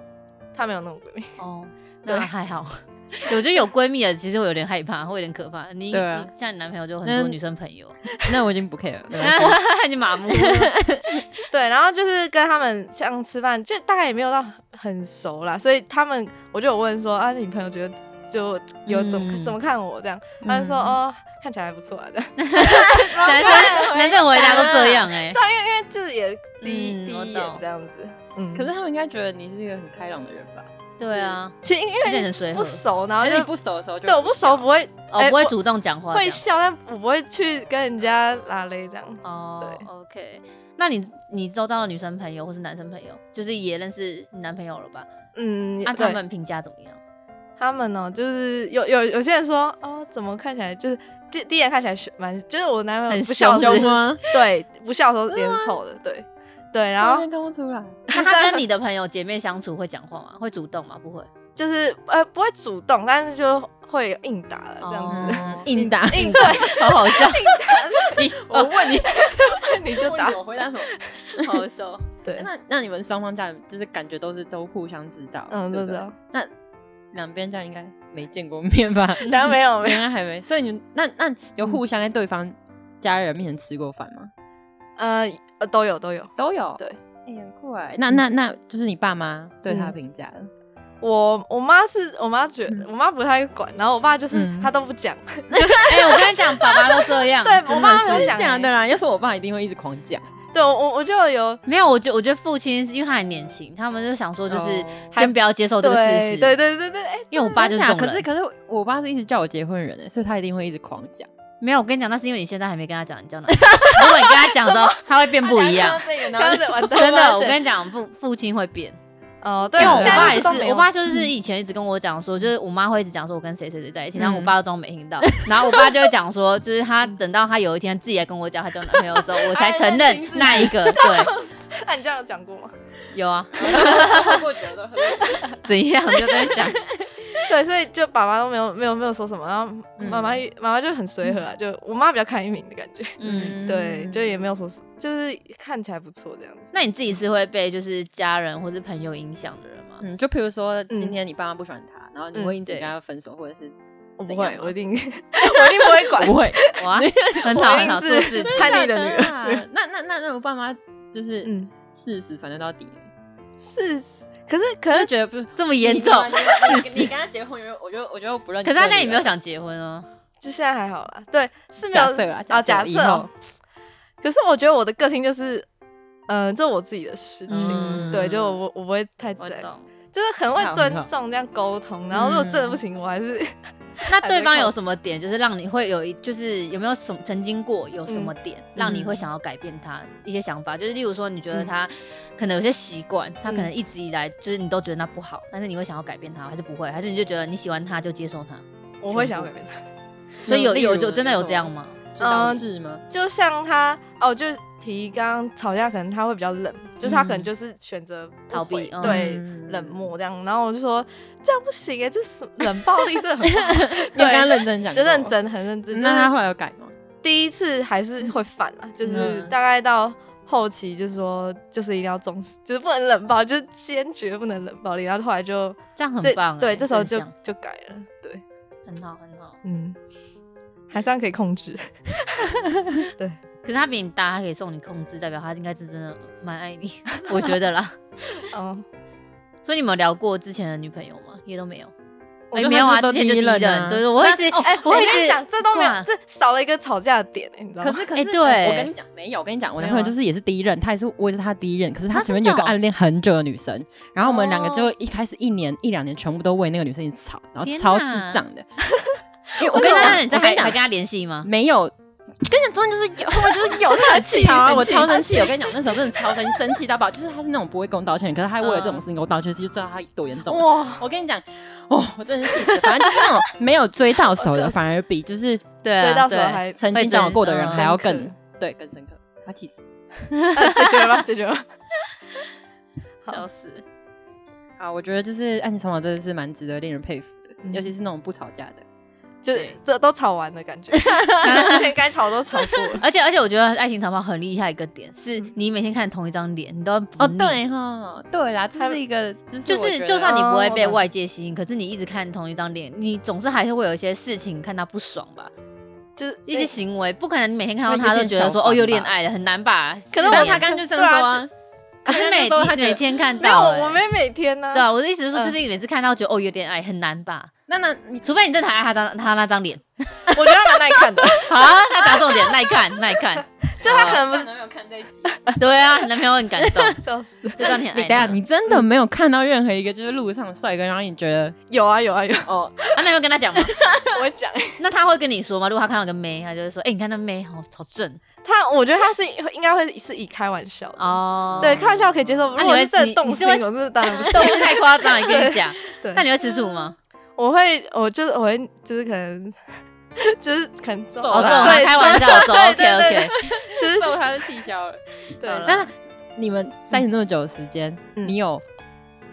Speaker 3: 他没有那种闺蜜。
Speaker 2: 哦，
Speaker 3: 对
Speaker 2: 那还好。 我觉得有闺蜜的其实会有点害怕，会有点可怕。你
Speaker 1: 对啊
Speaker 2: 你像你男啊朋友就很
Speaker 1: 那
Speaker 2: 多女生朋 友，
Speaker 1: 那我已经不 care 了没关 系。
Speaker 2: 你麻 木了。
Speaker 3: 对，然后就是跟他们这样吃饭，就大概也没有到很熟啦，所以他们我就有问说啊，你朋友觉得就有怎么、
Speaker 2: 嗯
Speaker 3: 怎么看我这样，他就说、
Speaker 2: 嗯
Speaker 3: 哦，看起来还不错啊这样，
Speaker 2: 男生男生回答都这样哎、
Speaker 3: 对，啊因为因为就是也第
Speaker 2: 嗯
Speaker 3: 一、第
Speaker 2: 我
Speaker 3: 一
Speaker 2: 懂
Speaker 3: 眼这样子，嗯，
Speaker 1: 可是他们应该觉得你是一个很开朗的人吧？
Speaker 2: 对啊，
Speaker 3: 其实因
Speaker 2: 而且
Speaker 3: 为
Speaker 2: 很随和
Speaker 3: 不，熟，然后
Speaker 1: 而且
Speaker 3: 就
Speaker 1: 你不熟的时候就
Speaker 3: 对我不熟不会
Speaker 2: 哦，
Speaker 3: 哎
Speaker 2: 不会
Speaker 3: 我
Speaker 2: 主动讲话这
Speaker 3: 会
Speaker 2: 样，
Speaker 3: 笑，但我不会去跟人家拉勒这样。
Speaker 2: 哦
Speaker 3: 对
Speaker 2: ，OK。那你你周遭的女生朋友或是男生朋友，就是也认识你男朋友了吧？
Speaker 3: 嗯，
Speaker 2: 那、
Speaker 3: 对
Speaker 2: 他们评价怎么 样？
Speaker 3: 他们呢、就是有有有些人说哦，怎么看起来就是第第一眼看起来是蛮，就是我男朋
Speaker 2: 很
Speaker 3: 友不笑的时候
Speaker 2: 凶
Speaker 3: 是
Speaker 1: 吗？
Speaker 3: 对，不笑的时候脸
Speaker 2: 嗯啊
Speaker 3: 是丑的，对对，然
Speaker 1: 然
Speaker 3: 后
Speaker 1: 后看不出来。
Speaker 2: 那他跟你的朋友姐妹相处会讲话吗？会主动吗？ 不会。
Speaker 3: 就是呃不会主动，但是就会有应答了这样 子，
Speaker 2: 哦
Speaker 1: 应答
Speaker 3: 应对
Speaker 2: 好好笑，
Speaker 1: 你，我问 你，
Speaker 3: 你就
Speaker 1: 问
Speaker 3: 答
Speaker 1: 什么回答什么？
Speaker 2: 好笑。
Speaker 3: 对，
Speaker 1: 那那你们双方家人就是感觉都是都互相知道，
Speaker 3: 嗯
Speaker 1: 对
Speaker 3: 对
Speaker 1: 不对
Speaker 3: 对，
Speaker 1: 那两边家人应该没见过面 吧？
Speaker 3: 当然没有没有，
Speaker 1: 应该还没，所以你们那那有互相在对方家人面前吃过饭吗？
Speaker 3: 呃呃都有都有，
Speaker 1: 都有，
Speaker 3: 对
Speaker 1: 哎，很酷哎。那那那就是你爸妈对他的
Speaker 3: 嗯
Speaker 1: 评价了，
Speaker 3: 我我妈是我妈觉
Speaker 1: 嗯
Speaker 3: 得我妈不太管，然后我爸就是
Speaker 1: 嗯
Speaker 3: 他都不讲，
Speaker 2: 哎、我跟你讲，爸爸都这 样，
Speaker 3: 对
Speaker 2: 真
Speaker 3: 我爸
Speaker 2: 的
Speaker 3: 没
Speaker 2: 是
Speaker 3: 有讲
Speaker 1: 假的啦。要是我爸一定会一直狂讲，
Speaker 3: 对我我我就有
Speaker 2: 没有。我觉我觉得父亲是因为他还年轻，他们就想说就是
Speaker 1: 哦
Speaker 2: 先不要接受这个事
Speaker 3: 对
Speaker 2: 实，
Speaker 3: 对对对对，哎
Speaker 2: 因为我爸就是这种
Speaker 1: 真假可是
Speaker 2: 人
Speaker 1: 可是我爸是一直叫我结婚的人哎，所以他一定会一直狂讲。
Speaker 2: 没有，我跟你讲，那是因为你现在还没跟他讲，你 叫哪？如果你跟他讲之后，他会变不一样。
Speaker 3: 刚 刚在 完蛋
Speaker 2: 真的，我跟你讲，父父亲会变，
Speaker 3: 哦
Speaker 2: 因
Speaker 3: 啊对，
Speaker 2: 为我
Speaker 3: 现在
Speaker 2: 爸
Speaker 3: 就
Speaker 2: 也
Speaker 3: 都没
Speaker 2: 是，
Speaker 3: 有嗯
Speaker 2: 我爸就是以前一直跟我讲说，就是我妈会一直讲说我跟谁谁谁在一起，然后我
Speaker 1: 嗯
Speaker 2: 爸都装没听到，然后我爸就会讲说，就是他等到他有一天自己来跟我讲他交男朋友的时候，我才承
Speaker 1: 哎那
Speaker 2: 认
Speaker 1: 真是
Speaker 2: 那一个，对，
Speaker 3: 那你这样有讲过吗？
Speaker 2: 有啊，
Speaker 1: 喝过酒都喝过酒，
Speaker 2: 怎样就在 讲，
Speaker 3: 对，所以就爸爸都没有没有没有说什么，然后妈妈也妈妈就很随和啊，就我妈比较看一明的感觉，
Speaker 2: 嗯。
Speaker 3: 对，就也没有说什，就是看起来不错这样子。
Speaker 2: 那你自己是会被就是家人或是朋友影响的人 吗？
Speaker 1: 嗯，就譬如说今天你爸妈不喜欢他，然后你
Speaker 3: 嗯
Speaker 1: 会一直
Speaker 2: 对
Speaker 1: 跟他分手，或者 是
Speaker 3: 我不
Speaker 1: 怎样
Speaker 3: 会，
Speaker 1: 吗
Speaker 3: 我一定 我一定不会 管，
Speaker 1: 会
Speaker 2: 哇，很
Speaker 3: 我
Speaker 2: 好
Speaker 3: 一
Speaker 2: 很好，
Speaker 3: 定
Speaker 2: 做
Speaker 3: 是
Speaker 2: 自己。
Speaker 3: 叛逆的女
Speaker 1: 啊真
Speaker 3: 儿。
Speaker 1: 假的啊那那那那我爸妈就是
Speaker 3: 嗯，
Speaker 1: 四十反正到底了，
Speaker 3: 是，可是
Speaker 1: 就
Speaker 3: 可
Speaker 1: 是是觉得不
Speaker 2: 这么 严重。
Speaker 1: 四十，你跟他结婚，我就我就不认。
Speaker 2: 可是他现在也没有想结婚哦。
Speaker 3: 就现在还好啦，对，是没有
Speaker 1: 假设啦，
Speaker 3: 啊，假
Speaker 1: 以
Speaker 3: 设
Speaker 1: 后
Speaker 3: 哦、可是我觉得我的个性就是，嗯、这我自己的事情，
Speaker 1: 嗯
Speaker 3: 对，就我不我不会太
Speaker 2: 我
Speaker 3: 在，
Speaker 2: 懂。
Speaker 3: 就是很会
Speaker 1: 很好
Speaker 3: 尊
Speaker 1: 很好嗯
Speaker 3: 重这样沟通。然后如果真的不行，我还是
Speaker 2: 那对方有什么点，就是让你会有一，就是有没有什么曾经过有
Speaker 3: 嗯
Speaker 2: 什么点，让你会想要改变他一些想法？就是例如说，你觉
Speaker 3: 嗯
Speaker 2: 得他可能有些习惯，他可能一直以来就是你都觉得那不好，但是你会想要改变他，还是不会？还是你就觉得你喜欢他就接受他？
Speaker 3: 我会想要改变他。
Speaker 2: 所以有
Speaker 1: 例如
Speaker 2: 有
Speaker 1: 呢
Speaker 2: 有真的有
Speaker 1: 什么
Speaker 2: 这样吗？嗯
Speaker 1: 小事吗？
Speaker 3: 就像他哦，就提刚刚吵架，可能他会比较冷，就是他可能
Speaker 2: 嗯
Speaker 3: 就是选择不
Speaker 2: 逃避
Speaker 3: 回
Speaker 2: 嗯
Speaker 3: 对，冷漠这样。然后我就说这样不行哎，这是什么冷暴力，这很不好
Speaker 1: 你有跟他
Speaker 3: 对，
Speaker 1: 认真讲，
Speaker 3: 就认。真很认真。
Speaker 1: 那他
Speaker 3: 就是
Speaker 1: 后来有改吗？
Speaker 3: 第一次还是会犯啦，就是
Speaker 1: 嗯
Speaker 3: 大概到后期，就是说，就是一定要重视，就是不能冷暴力，就是坚决不能冷暴力。然后后来就
Speaker 2: 这样
Speaker 3: 这
Speaker 2: 很
Speaker 1: 啊
Speaker 2: 棒欸、
Speaker 3: 对，这时候
Speaker 2: 正
Speaker 3: 就
Speaker 2: 向
Speaker 3: 就改了，对，
Speaker 2: 很好很好。
Speaker 3: 嗯，还算可以控制。
Speaker 2: 可是他比你大，他可以送你控制，代表他应该是真的蛮爱你，我觉得啦。
Speaker 3: 嗯，
Speaker 2: 所以你们有聊过之前的女朋友吗？也都没有。
Speaker 1: 我
Speaker 2: 哎
Speaker 1: 就
Speaker 2: 没有
Speaker 1: 还
Speaker 2: 啊，
Speaker 1: 是都
Speaker 2: 之前就
Speaker 1: 第一
Speaker 2: 第一
Speaker 1: 任
Speaker 2: 任，
Speaker 1: 啊
Speaker 2: 对对，我会一直，
Speaker 3: 哎、
Speaker 2: 我
Speaker 3: 我
Speaker 2: 会
Speaker 3: 跟
Speaker 2: 一直
Speaker 3: 你讲，这都没
Speaker 2: 挂
Speaker 3: 有，这少了一个吵架的点、欸，你知道吗？
Speaker 1: 可是可
Speaker 2: 哎
Speaker 1: 是，
Speaker 2: 对
Speaker 1: 我跟你讲，没有，我跟你讲，我男朋友就是也是第一任，他也是我也是他第一任，可是他
Speaker 2: 啊
Speaker 1: 前面
Speaker 2: 真的
Speaker 1: 有个
Speaker 2: 哦
Speaker 1: 暗恋很久的女生，然后我们两个
Speaker 3: 哦
Speaker 1: 就一开始一年一两年全部都为那个女生一直吵，然后
Speaker 2: 天
Speaker 1: 超智
Speaker 2: 哪
Speaker 1: 障的。因为
Speaker 2: 我
Speaker 1: 跟
Speaker 2: 跟
Speaker 1: 你
Speaker 2: 他
Speaker 1: 讲，
Speaker 2: 讲，你在
Speaker 1: 我跟
Speaker 2: 还
Speaker 1: 你
Speaker 2: 还
Speaker 1: 讲
Speaker 2: 跟，他联系吗？
Speaker 1: 没有。跟你讲，中间就是有，后 面就是有他的气
Speaker 3: 气
Speaker 1: 啊，
Speaker 3: 生
Speaker 1: 我
Speaker 3: 气
Speaker 1: 超
Speaker 3: 生
Speaker 1: 生气。
Speaker 3: 气
Speaker 1: 我跟你讲，那时候真的超生气，生气到爆。就是他是那种不会跟我道歉的，可是他为了这种事情跟我道歉，就知道他多严重了。
Speaker 3: 哇，
Speaker 1: 我跟你讲，哦，我真的是气死了。反正就是那种没有追到手
Speaker 3: 我
Speaker 1: 的，
Speaker 3: 是
Speaker 1: 反而比就是
Speaker 2: 对
Speaker 3: 追
Speaker 2: 啊，嗯
Speaker 3: 到手
Speaker 2: 对，
Speaker 3: 还
Speaker 1: 曾经交往过的人
Speaker 2: 会真
Speaker 1: 还要更、
Speaker 3: 深刻
Speaker 1: 对更深刻。他气死。
Speaker 3: 啊解决了吧，解决了吧。好
Speaker 2: 笑死。
Speaker 1: 啊，我觉得就是爱情长跑真的是蛮值得令人佩服的，
Speaker 3: 嗯
Speaker 1: 尤其是那种不吵架的。
Speaker 3: 就是
Speaker 2: 对
Speaker 3: 这都吵完的 感觉，之前该吵都吵过了。
Speaker 2: 而且而且，我觉得爱情长跑很厉害一个点是，你每天看同一张脸，你都不
Speaker 1: 哦，
Speaker 3: 嗯
Speaker 2: 腻，
Speaker 1: 对哈，对啦，这是一个就是
Speaker 2: 就
Speaker 1: 我觉
Speaker 2: 是
Speaker 1: 得
Speaker 2: 就算你不会
Speaker 3: 哦
Speaker 2: 被
Speaker 3: 我懂
Speaker 2: 外界吸引，可是你一直看同一张脸，你总是还是会有一些事情看他不爽吧，
Speaker 3: 就是哎
Speaker 2: 一些行为，不可能你每天看到
Speaker 1: 会
Speaker 2: 他
Speaker 1: 有
Speaker 2: 都
Speaker 1: 点
Speaker 2: 觉得
Speaker 1: 小
Speaker 2: 说
Speaker 1: 烦
Speaker 2: 哦又
Speaker 1: 吧
Speaker 2: 恋爱了，很难吧？
Speaker 3: 可是
Speaker 2: 四
Speaker 3: 我
Speaker 1: 但
Speaker 2: 年
Speaker 1: 哦他刚刚就这样说啊，
Speaker 2: 可是
Speaker 1: 他刚刚
Speaker 2: 每
Speaker 1: 就说他
Speaker 2: 每
Speaker 1: 觉得
Speaker 2: 天看
Speaker 3: 没有，
Speaker 2: 到欸，
Speaker 3: 我没每天呢、
Speaker 2: 对啊，我的意思是说，就
Speaker 3: 嗯
Speaker 2: 是你每次看到觉得哦有点爱，很难吧？
Speaker 1: 那那你
Speaker 2: 除非你真的很爱他张他那张 脸，
Speaker 3: 我觉得蛮耐 看的，
Speaker 2: 好啊，他讲重点，耐看耐 看，
Speaker 3: 就他可能不
Speaker 2: 哦
Speaker 1: 男朋友看这一 集，
Speaker 2: 对啊，你男朋友很感动，
Speaker 3: 是笑死。
Speaker 2: 就知道你很
Speaker 1: 你
Speaker 2: 爱
Speaker 1: 哎等 下
Speaker 2: 他。
Speaker 1: 你真的没有看到任何一个就是路上的帅哥，然后你觉 得
Speaker 3: 有啊有啊有，
Speaker 1: 哦，
Speaker 2: 啊，男朋友跟他讲吗？
Speaker 3: 我会讲欸
Speaker 2: 那他会跟你说吗？如果他看到个妹，他就会说，哎，你看那妹好好正
Speaker 3: 他，我觉得他是应该会是以开玩笑的
Speaker 2: 哦，
Speaker 3: 对，开玩笑可以接受。
Speaker 2: 那
Speaker 3: 如
Speaker 2: 你会
Speaker 3: 果是真的动心，
Speaker 2: 你
Speaker 3: 我
Speaker 2: 你是会
Speaker 3: 真的当然 不行。
Speaker 2: 动作太夸张了，跟你讲。
Speaker 3: 对
Speaker 2: 那，你会吃醋吗？
Speaker 3: 我会，我就是我会，就是可能，就是可能揍
Speaker 1: 好
Speaker 2: 哦，
Speaker 1: 啦
Speaker 2: 这
Speaker 3: 他
Speaker 2: 种
Speaker 3: 对，
Speaker 2: 开玩笑，
Speaker 3: 揍
Speaker 2: 走
Speaker 3: 他
Speaker 2: OK
Speaker 3: 对对
Speaker 2: OK
Speaker 3: 对。就是
Speaker 1: 最后他就气消了。
Speaker 3: 对
Speaker 2: 好啦
Speaker 1: 那你们在一起那么久的时间，
Speaker 3: 嗯
Speaker 1: 你有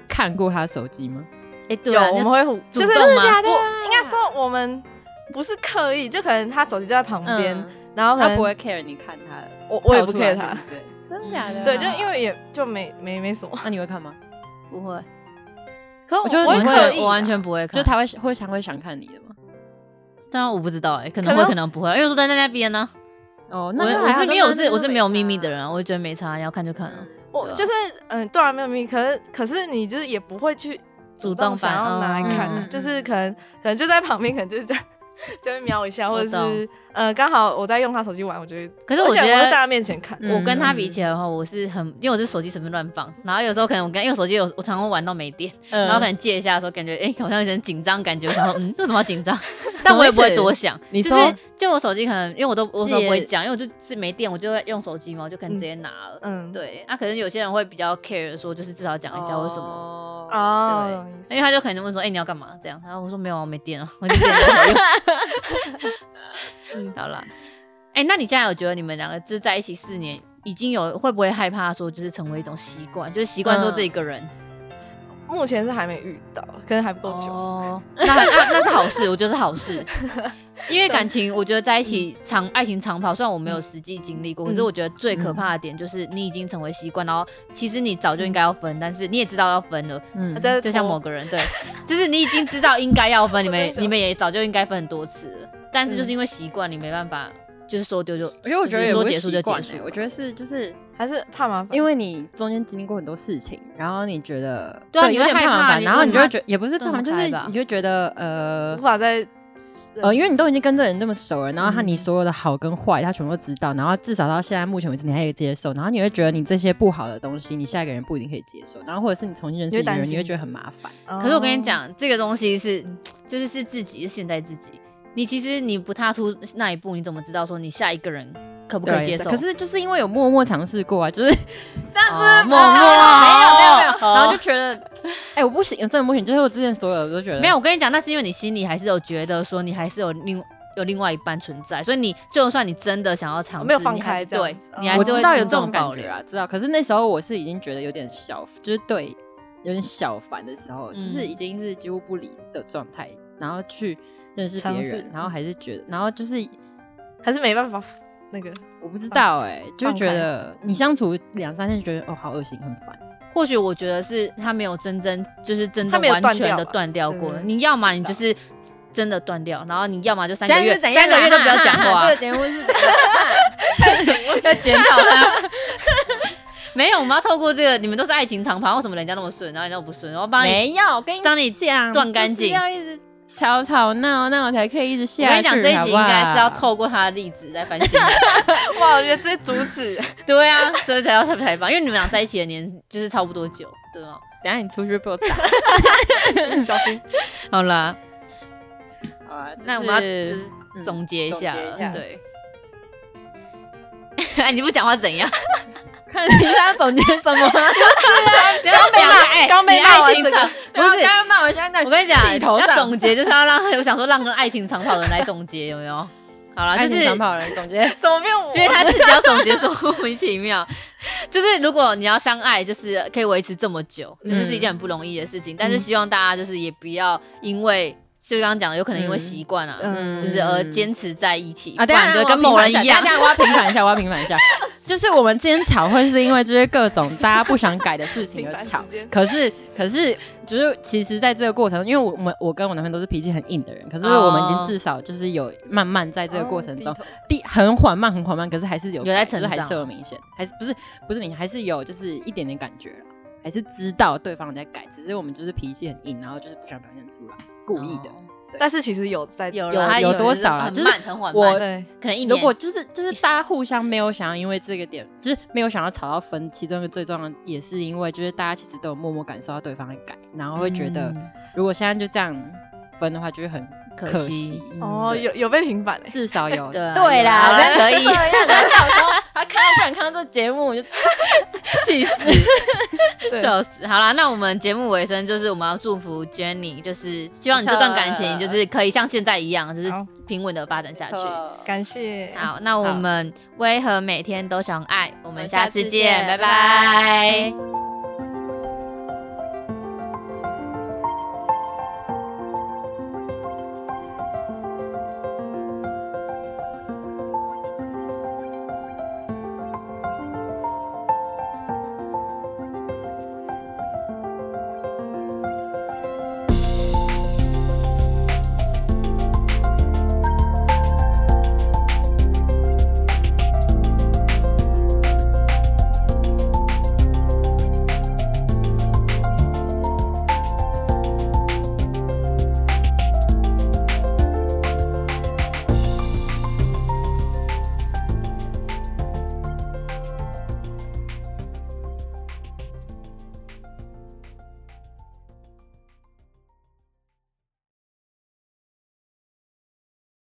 Speaker 1: 看过他手机吗？
Speaker 2: 哎，对
Speaker 3: 有
Speaker 2: 啊，
Speaker 3: 我
Speaker 2: 那
Speaker 3: 们会互，
Speaker 2: 主
Speaker 3: 就是
Speaker 2: 动吗
Speaker 3: 我应该说我们不是刻意，就可能他手机就在旁边，
Speaker 1: 嗯，
Speaker 3: 然后可
Speaker 1: 他
Speaker 3: 能
Speaker 1: 不会 care 你看他的，
Speaker 3: 我我也不
Speaker 1: 跳出来
Speaker 3: care 他
Speaker 1: 是，不是，啊真假的啊？
Speaker 3: 对，就因为也就没没没什么，
Speaker 1: 那你会看吗？
Speaker 2: 不会，
Speaker 3: 可
Speaker 1: 我觉得
Speaker 3: 不会
Speaker 1: 你
Speaker 2: 我
Speaker 1: 会
Speaker 3: 刻意啊，
Speaker 2: 我完全不会看，
Speaker 1: 就他会会想会想看你的吗？
Speaker 2: 当然我不知道哎、可能
Speaker 3: 可
Speaker 2: 会，
Speaker 3: 能
Speaker 2: 可能不会，因为我都在那边呢、
Speaker 1: 哦，
Speaker 2: 我
Speaker 1: 那
Speaker 2: 我是没有，我是我是没有秘密的
Speaker 1: 人。
Speaker 2: 人啊，我就觉得没差，要看就看了。
Speaker 3: 我
Speaker 2: 对啊
Speaker 3: 就是嗯，对啊，没有秘密，可是可是你就是也不会去
Speaker 2: 主动哦版
Speaker 3: 动想要拿来看，啊
Speaker 1: 嗯嗯
Speaker 3: 就是可能可能就在 旁边，可能就是这样。就会瞄一下，
Speaker 2: 我
Speaker 3: 或者
Speaker 2: 懂
Speaker 3: 是呃，刚好我在用他手机玩，我就会。
Speaker 2: 可是
Speaker 3: 而
Speaker 2: 我
Speaker 3: 且
Speaker 2: 觉
Speaker 3: 我
Speaker 2: 得
Speaker 3: 会在他面前看，
Speaker 1: 嗯
Speaker 2: 我跟他比起来的话，我是很，因为我是手机随便乱放，然后有时候可能我跟因为我手机有我常常玩到没电，
Speaker 1: 嗯
Speaker 2: 然后可能借一下的时候，感觉哎、好像有点紧张，感觉我想说嗯为什么要紧张？但我也不会多想，
Speaker 1: 你
Speaker 2: 就
Speaker 1: 说
Speaker 2: 是就我手机可能因为我都我有时候
Speaker 1: 借
Speaker 2: 不会讲，因为我就是没电，我就会用手机嘛，我就可能直接拿了。
Speaker 3: 嗯，
Speaker 2: 对，那、可能有些人会比较 care 说，就是至少讲一下或什么。
Speaker 1: 么啊，
Speaker 3: 哦，
Speaker 2: 对
Speaker 3: 懂意思
Speaker 2: 因为他就可能问说：“哎、你要干嘛？”这样，然后我说：“没有啊，我没电了，我就电了。” 好啦，哎、那你现在有觉得你们两个就是在一起四年，已经有会不会害怕说就是成为一种习惯，就是习惯做
Speaker 3: 嗯
Speaker 2: 这一个人？
Speaker 3: 目前是还没遇到，可能还不够久。
Speaker 2: 哦，那那那是好事，我觉得是 好事，因为
Speaker 1: 啊
Speaker 2: 感情，我觉得在一
Speaker 1: 嗯
Speaker 2: 起长爱情长跑，虽然我没有实际经历过，可是
Speaker 3: 嗯
Speaker 2: 我觉得最可怕的点就是你已经成为习惯，然后其实你早就应该要分，但是你也知道要分了，
Speaker 1: 嗯
Speaker 3: 但是
Speaker 2: 就像
Speaker 3: 我
Speaker 2: 某个人，对，就是你已经知道应该要 分，你
Speaker 3: 我
Speaker 2: 们
Speaker 3: 真的
Speaker 2: 你们也早就应该分很多次了，但是就是因为习惯，你没办法，就是说丢就，
Speaker 1: 嗯我觉得我觉得也
Speaker 2: 就是
Speaker 1: 不
Speaker 2: 说
Speaker 1: 是
Speaker 2: 结束就嗯
Speaker 1: 习惯
Speaker 2: 结束
Speaker 1: 欸
Speaker 2: 吧
Speaker 1: 我觉得是就是
Speaker 3: 还是怕麻烦，
Speaker 1: 因为你中间经历过很多事情，然后你觉得
Speaker 2: 对啊你
Speaker 1: 你
Speaker 2: 有
Speaker 1: 会
Speaker 2: 点
Speaker 1: 太
Speaker 2: 怕
Speaker 1: 麻烦，
Speaker 2: 你
Speaker 1: 然后
Speaker 2: 对
Speaker 1: 你就会
Speaker 2: 他
Speaker 1: 觉得也不是
Speaker 2: 对
Speaker 1: 怕麻烦，
Speaker 2: 不
Speaker 1: 就
Speaker 2: 开
Speaker 1: 是
Speaker 2: 吧
Speaker 1: 你就觉得呃
Speaker 3: 无法再
Speaker 1: 呃，因为你都已经跟这个人这么熟了，然后他你
Speaker 2: 嗯
Speaker 1: 所有的好跟坏他全部都知道，然后至少到现在目前为止你还可以接受，然后你会觉得你这些不好的东西，你下一个人不一定可以接受，然后或者是你重新认识
Speaker 3: 你
Speaker 1: 一
Speaker 3: 会
Speaker 1: 个
Speaker 3: 担
Speaker 1: 人，
Speaker 3: 心
Speaker 1: 你会觉得很麻烦。
Speaker 2: 可是我跟你，
Speaker 3: 哦
Speaker 2: 讲，这个东西是就是是自己，是现在自己。你其实你不踏出那一步，你怎么知道说你下一个人可不可以
Speaker 1: 对
Speaker 2: 接
Speaker 1: 是
Speaker 2: 受？
Speaker 1: 可是就是因为有默默尝试过啊，就是这样子
Speaker 2: 哦默默
Speaker 1: 没有没有没有，
Speaker 2: 哦
Speaker 1: 然后就觉得哎、我不行，真的不行，就是我之前所有的都觉得
Speaker 2: 没有，我跟你讲，那是因为你心里还是有觉得说你还是有另有另外一半存在，所以你就算你真的想要尝试，
Speaker 3: 没有放
Speaker 2: 你还是
Speaker 3: 开这样
Speaker 2: 对
Speaker 3: 子
Speaker 2: 你
Speaker 3: 哦
Speaker 2: 还
Speaker 1: 我
Speaker 2: 是会
Speaker 1: 知道有
Speaker 2: 心
Speaker 1: 这
Speaker 2: 中
Speaker 1: 种感
Speaker 2: 保
Speaker 1: 觉
Speaker 2: 留
Speaker 1: 啊，知道。可是那时候我是已经觉得有点小，就是对，有点小烦的时候，就是
Speaker 2: 嗯
Speaker 1: 已经是几乎不离的状态，然后去认识别
Speaker 3: 尝试
Speaker 1: 人，然后还是觉得，然后就是
Speaker 3: 还是没办法那个，
Speaker 1: 我不知道哎、就
Speaker 3: 放
Speaker 1: 觉
Speaker 3: 开
Speaker 1: 得你相处两三天就觉得哦好恶心，很烦。
Speaker 2: 或许我觉得是他没有真正就是真
Speaker 3: 他
Speaker 2: 的
Speaker 3: 没有
Speaker 2: 完
Speaker 3: 断
Speaker 2: 全
Speaker 3: 掉
Speaker 2: 的
Speaker 3: 吧
Speaker 2: 断掉过。
Speaker 3: 对
Speaker 2: 你要嘛你
Speaker 1: 知道
Speaker 2: 就是真的断掉，然后你要么就三
Speaker 1: 现
Speaker 2: 个
Speaker 1: 在
Speaker 2: 月
Speaker 1: 是怎样
Speaker 2: 三个
Speaker 1: 啊
Speaker 2: 月都不要
Speaker 1: 哈哈
Speaker 2: 讲
Speaker 1: 哈
Speaker 2: 话
Speaker 1: 这个，节目是怎样
Speaker 2: 要检讨他。 没有，我们要透过这个，你们都是爱情长跑，为什么人家那么顺，然后你都不顺？然后帮你。
Speaker 1: 没有，我跟你
Speaker 2: 帮你
Speaker 1: 讲，
Speaker 2: 断
Speaker 1: 就是
Speaker 2: 干净
Speaker 1: 要一直吵吵闹闹才可以一直下
Speaker 2: 我
Speaker 1: 去。
Speaker 2: 跟你讲，这一
Speaker 1: 好
Speaker 2: 集
Speaker 1: 不
Speaker 2: 应该是要
Speaker 1: 好
Speaker 2: 透过他的例子来反省你。
Speaker 3: 哇，我觉得这阻止
Speaker 2: 对啊，所以才要采采访，因为你们俩在一起的年就是差不多久，对吗？
Speaker 1: 等一下你出去被我 打。
Speaker 3: 小心，
Speaker 2: 好啦，
Speaker 1: 好啊，就
Speaker 2: 那我们要
Speaker 1: 是
Speaker 2: 就是
Speaker 1: 嗯
Speaker 2: 总结一
Speaker 1: 总
Speaker 2: 下
Speaker 1: 结一
Speaker 2: 了，
Speaker 1: 下
Speaker 2: 对。 哎，你不讲 话怎样？
Speaker 1: 看你要总结什么？
Speaker 2: 刚
Speaker 3: 被骂刚被骂完
Speaker 2: 哎爱情
Speaker 3: 这个
Speaker 2: 长， 不是，
Speaker 1: 刚骂我现在
Speaker 2: 我跟你
Speaker 1: 气头
Speaker 2: 讲，
Speaker 1: 上
Speaker 2: 要总结就是要让，我想说让爱情长跑的人来总结，有没有？好啦，
Speaker 1: 爱
Speaker 2: 就是
Speaker 1: 情长跑人总结，
Speaker 3: 怎么变 我？
Speaker 2: 就是他自己要总结说莫名其妙。 就是如果你要相爱，就是可以维持这么久，就是是一件很不容易的事
Speaker 1: 嗯
Speaker 2: 情。但是希望大家就是也不要因为，就刚刚讲的，有可能因为
Speaker 1: 嗯
Speaker 2: 习惯啊，
Speaker 3: 嗯
Speaker 2: 就是而坚持在一起，
Speaker 1: 啊，
Speaker 2: 不
Speaker 1: 等一下
Speaker 2: 然就会跟某人一样
Speaker 1: 等。下我要平反一下，我要平反一下。就是我们之间吵，会是因为就是各种大家不想改的事情而吵
Speaker 3: 平凡时间。
Speaker 1: 可是，可是，就是其实，在这个过程，因为我们我跟我男朋友都是脾气很硬的人，可是
Speaker 2: 哦
Speaker 1: 我们已经至少就是有慢慢在这个过程中
Speaker 3: 哦，低头
Speaker 1: 第很缓慢，很缓慢，可是还是有
Speaker 2: 有在
Speaker 1: 改就是
Speaker 2: 成长
Speaker 1: 还是有明显，还是不是不是明显，还是有就是一点点感觉啦还是知道对方在改，只是我们就是脾气很硬，然后就是不想表现出来，故意的。
Speaker 2: 哦
Speaker 3: 但是其实有在
Speaker 2: 有
Speaker 1: 有
Speaker 2: 啦他
Speaker 1: 有
Speaker 2: 的
Speaker 1: 多少啦啊
Speaker 2: 很
Speaker 1: 就是
Speaker 2: 慢很缓
Speaker 1: 我
Speaker 2: 慢，
Speaker 3: 对，
Speaker 2: 可能一年。
Speaker 1: 如果就是就是大家互相没有想要因为这个点，就是没有想要吵到分，其中一个最重要的也是因为就是大家其实都有默默感受到对方的改，然后会觉得
Speaker 2: 嗯
Speaker 1: 如果现在就这样分的话，就会很
Speaker 2: 可
Speaker 1: 可
Speaker 2: 惜
Speaker 1: 惜。
Speaker 3: 哦，
Speaker 1: 对
Speaker 3: 有有被平反哎，
Speaker 1: 至少有
Speaker 2: 对啊
Speaker 1: 哦对啦，
Speaker 2: 有啦
Speaker 1: 那
Speaker 2: 可以
Speaker 1: 这样我想说他看到看看这节目我就气死。
Speaker 3: 对
Speaker 2: 笑死！好啦，那我们节目尾声就是我们要祝福 Jenny，就是希望你这段感情就是可以像现在一样，就是
Speaker 3: 好
Speaker 2: 平稳的发展下去。
Speaker 3: 感谢，
Speaker 2: 好，那我们为何每天都想爱？我
Speaker 1: 我
Speaker 2: 们
Speaker 1: 们
Speaker 2: 下
Speaker 1: 下
Speaker 2: 次
Speaker 1: 次
Speaker 2: 见，
Speaker 1: 见
Speaker 2: 拜
Speaker 1: 拜
Speaker 2: 拜。
Speaker 1: 拜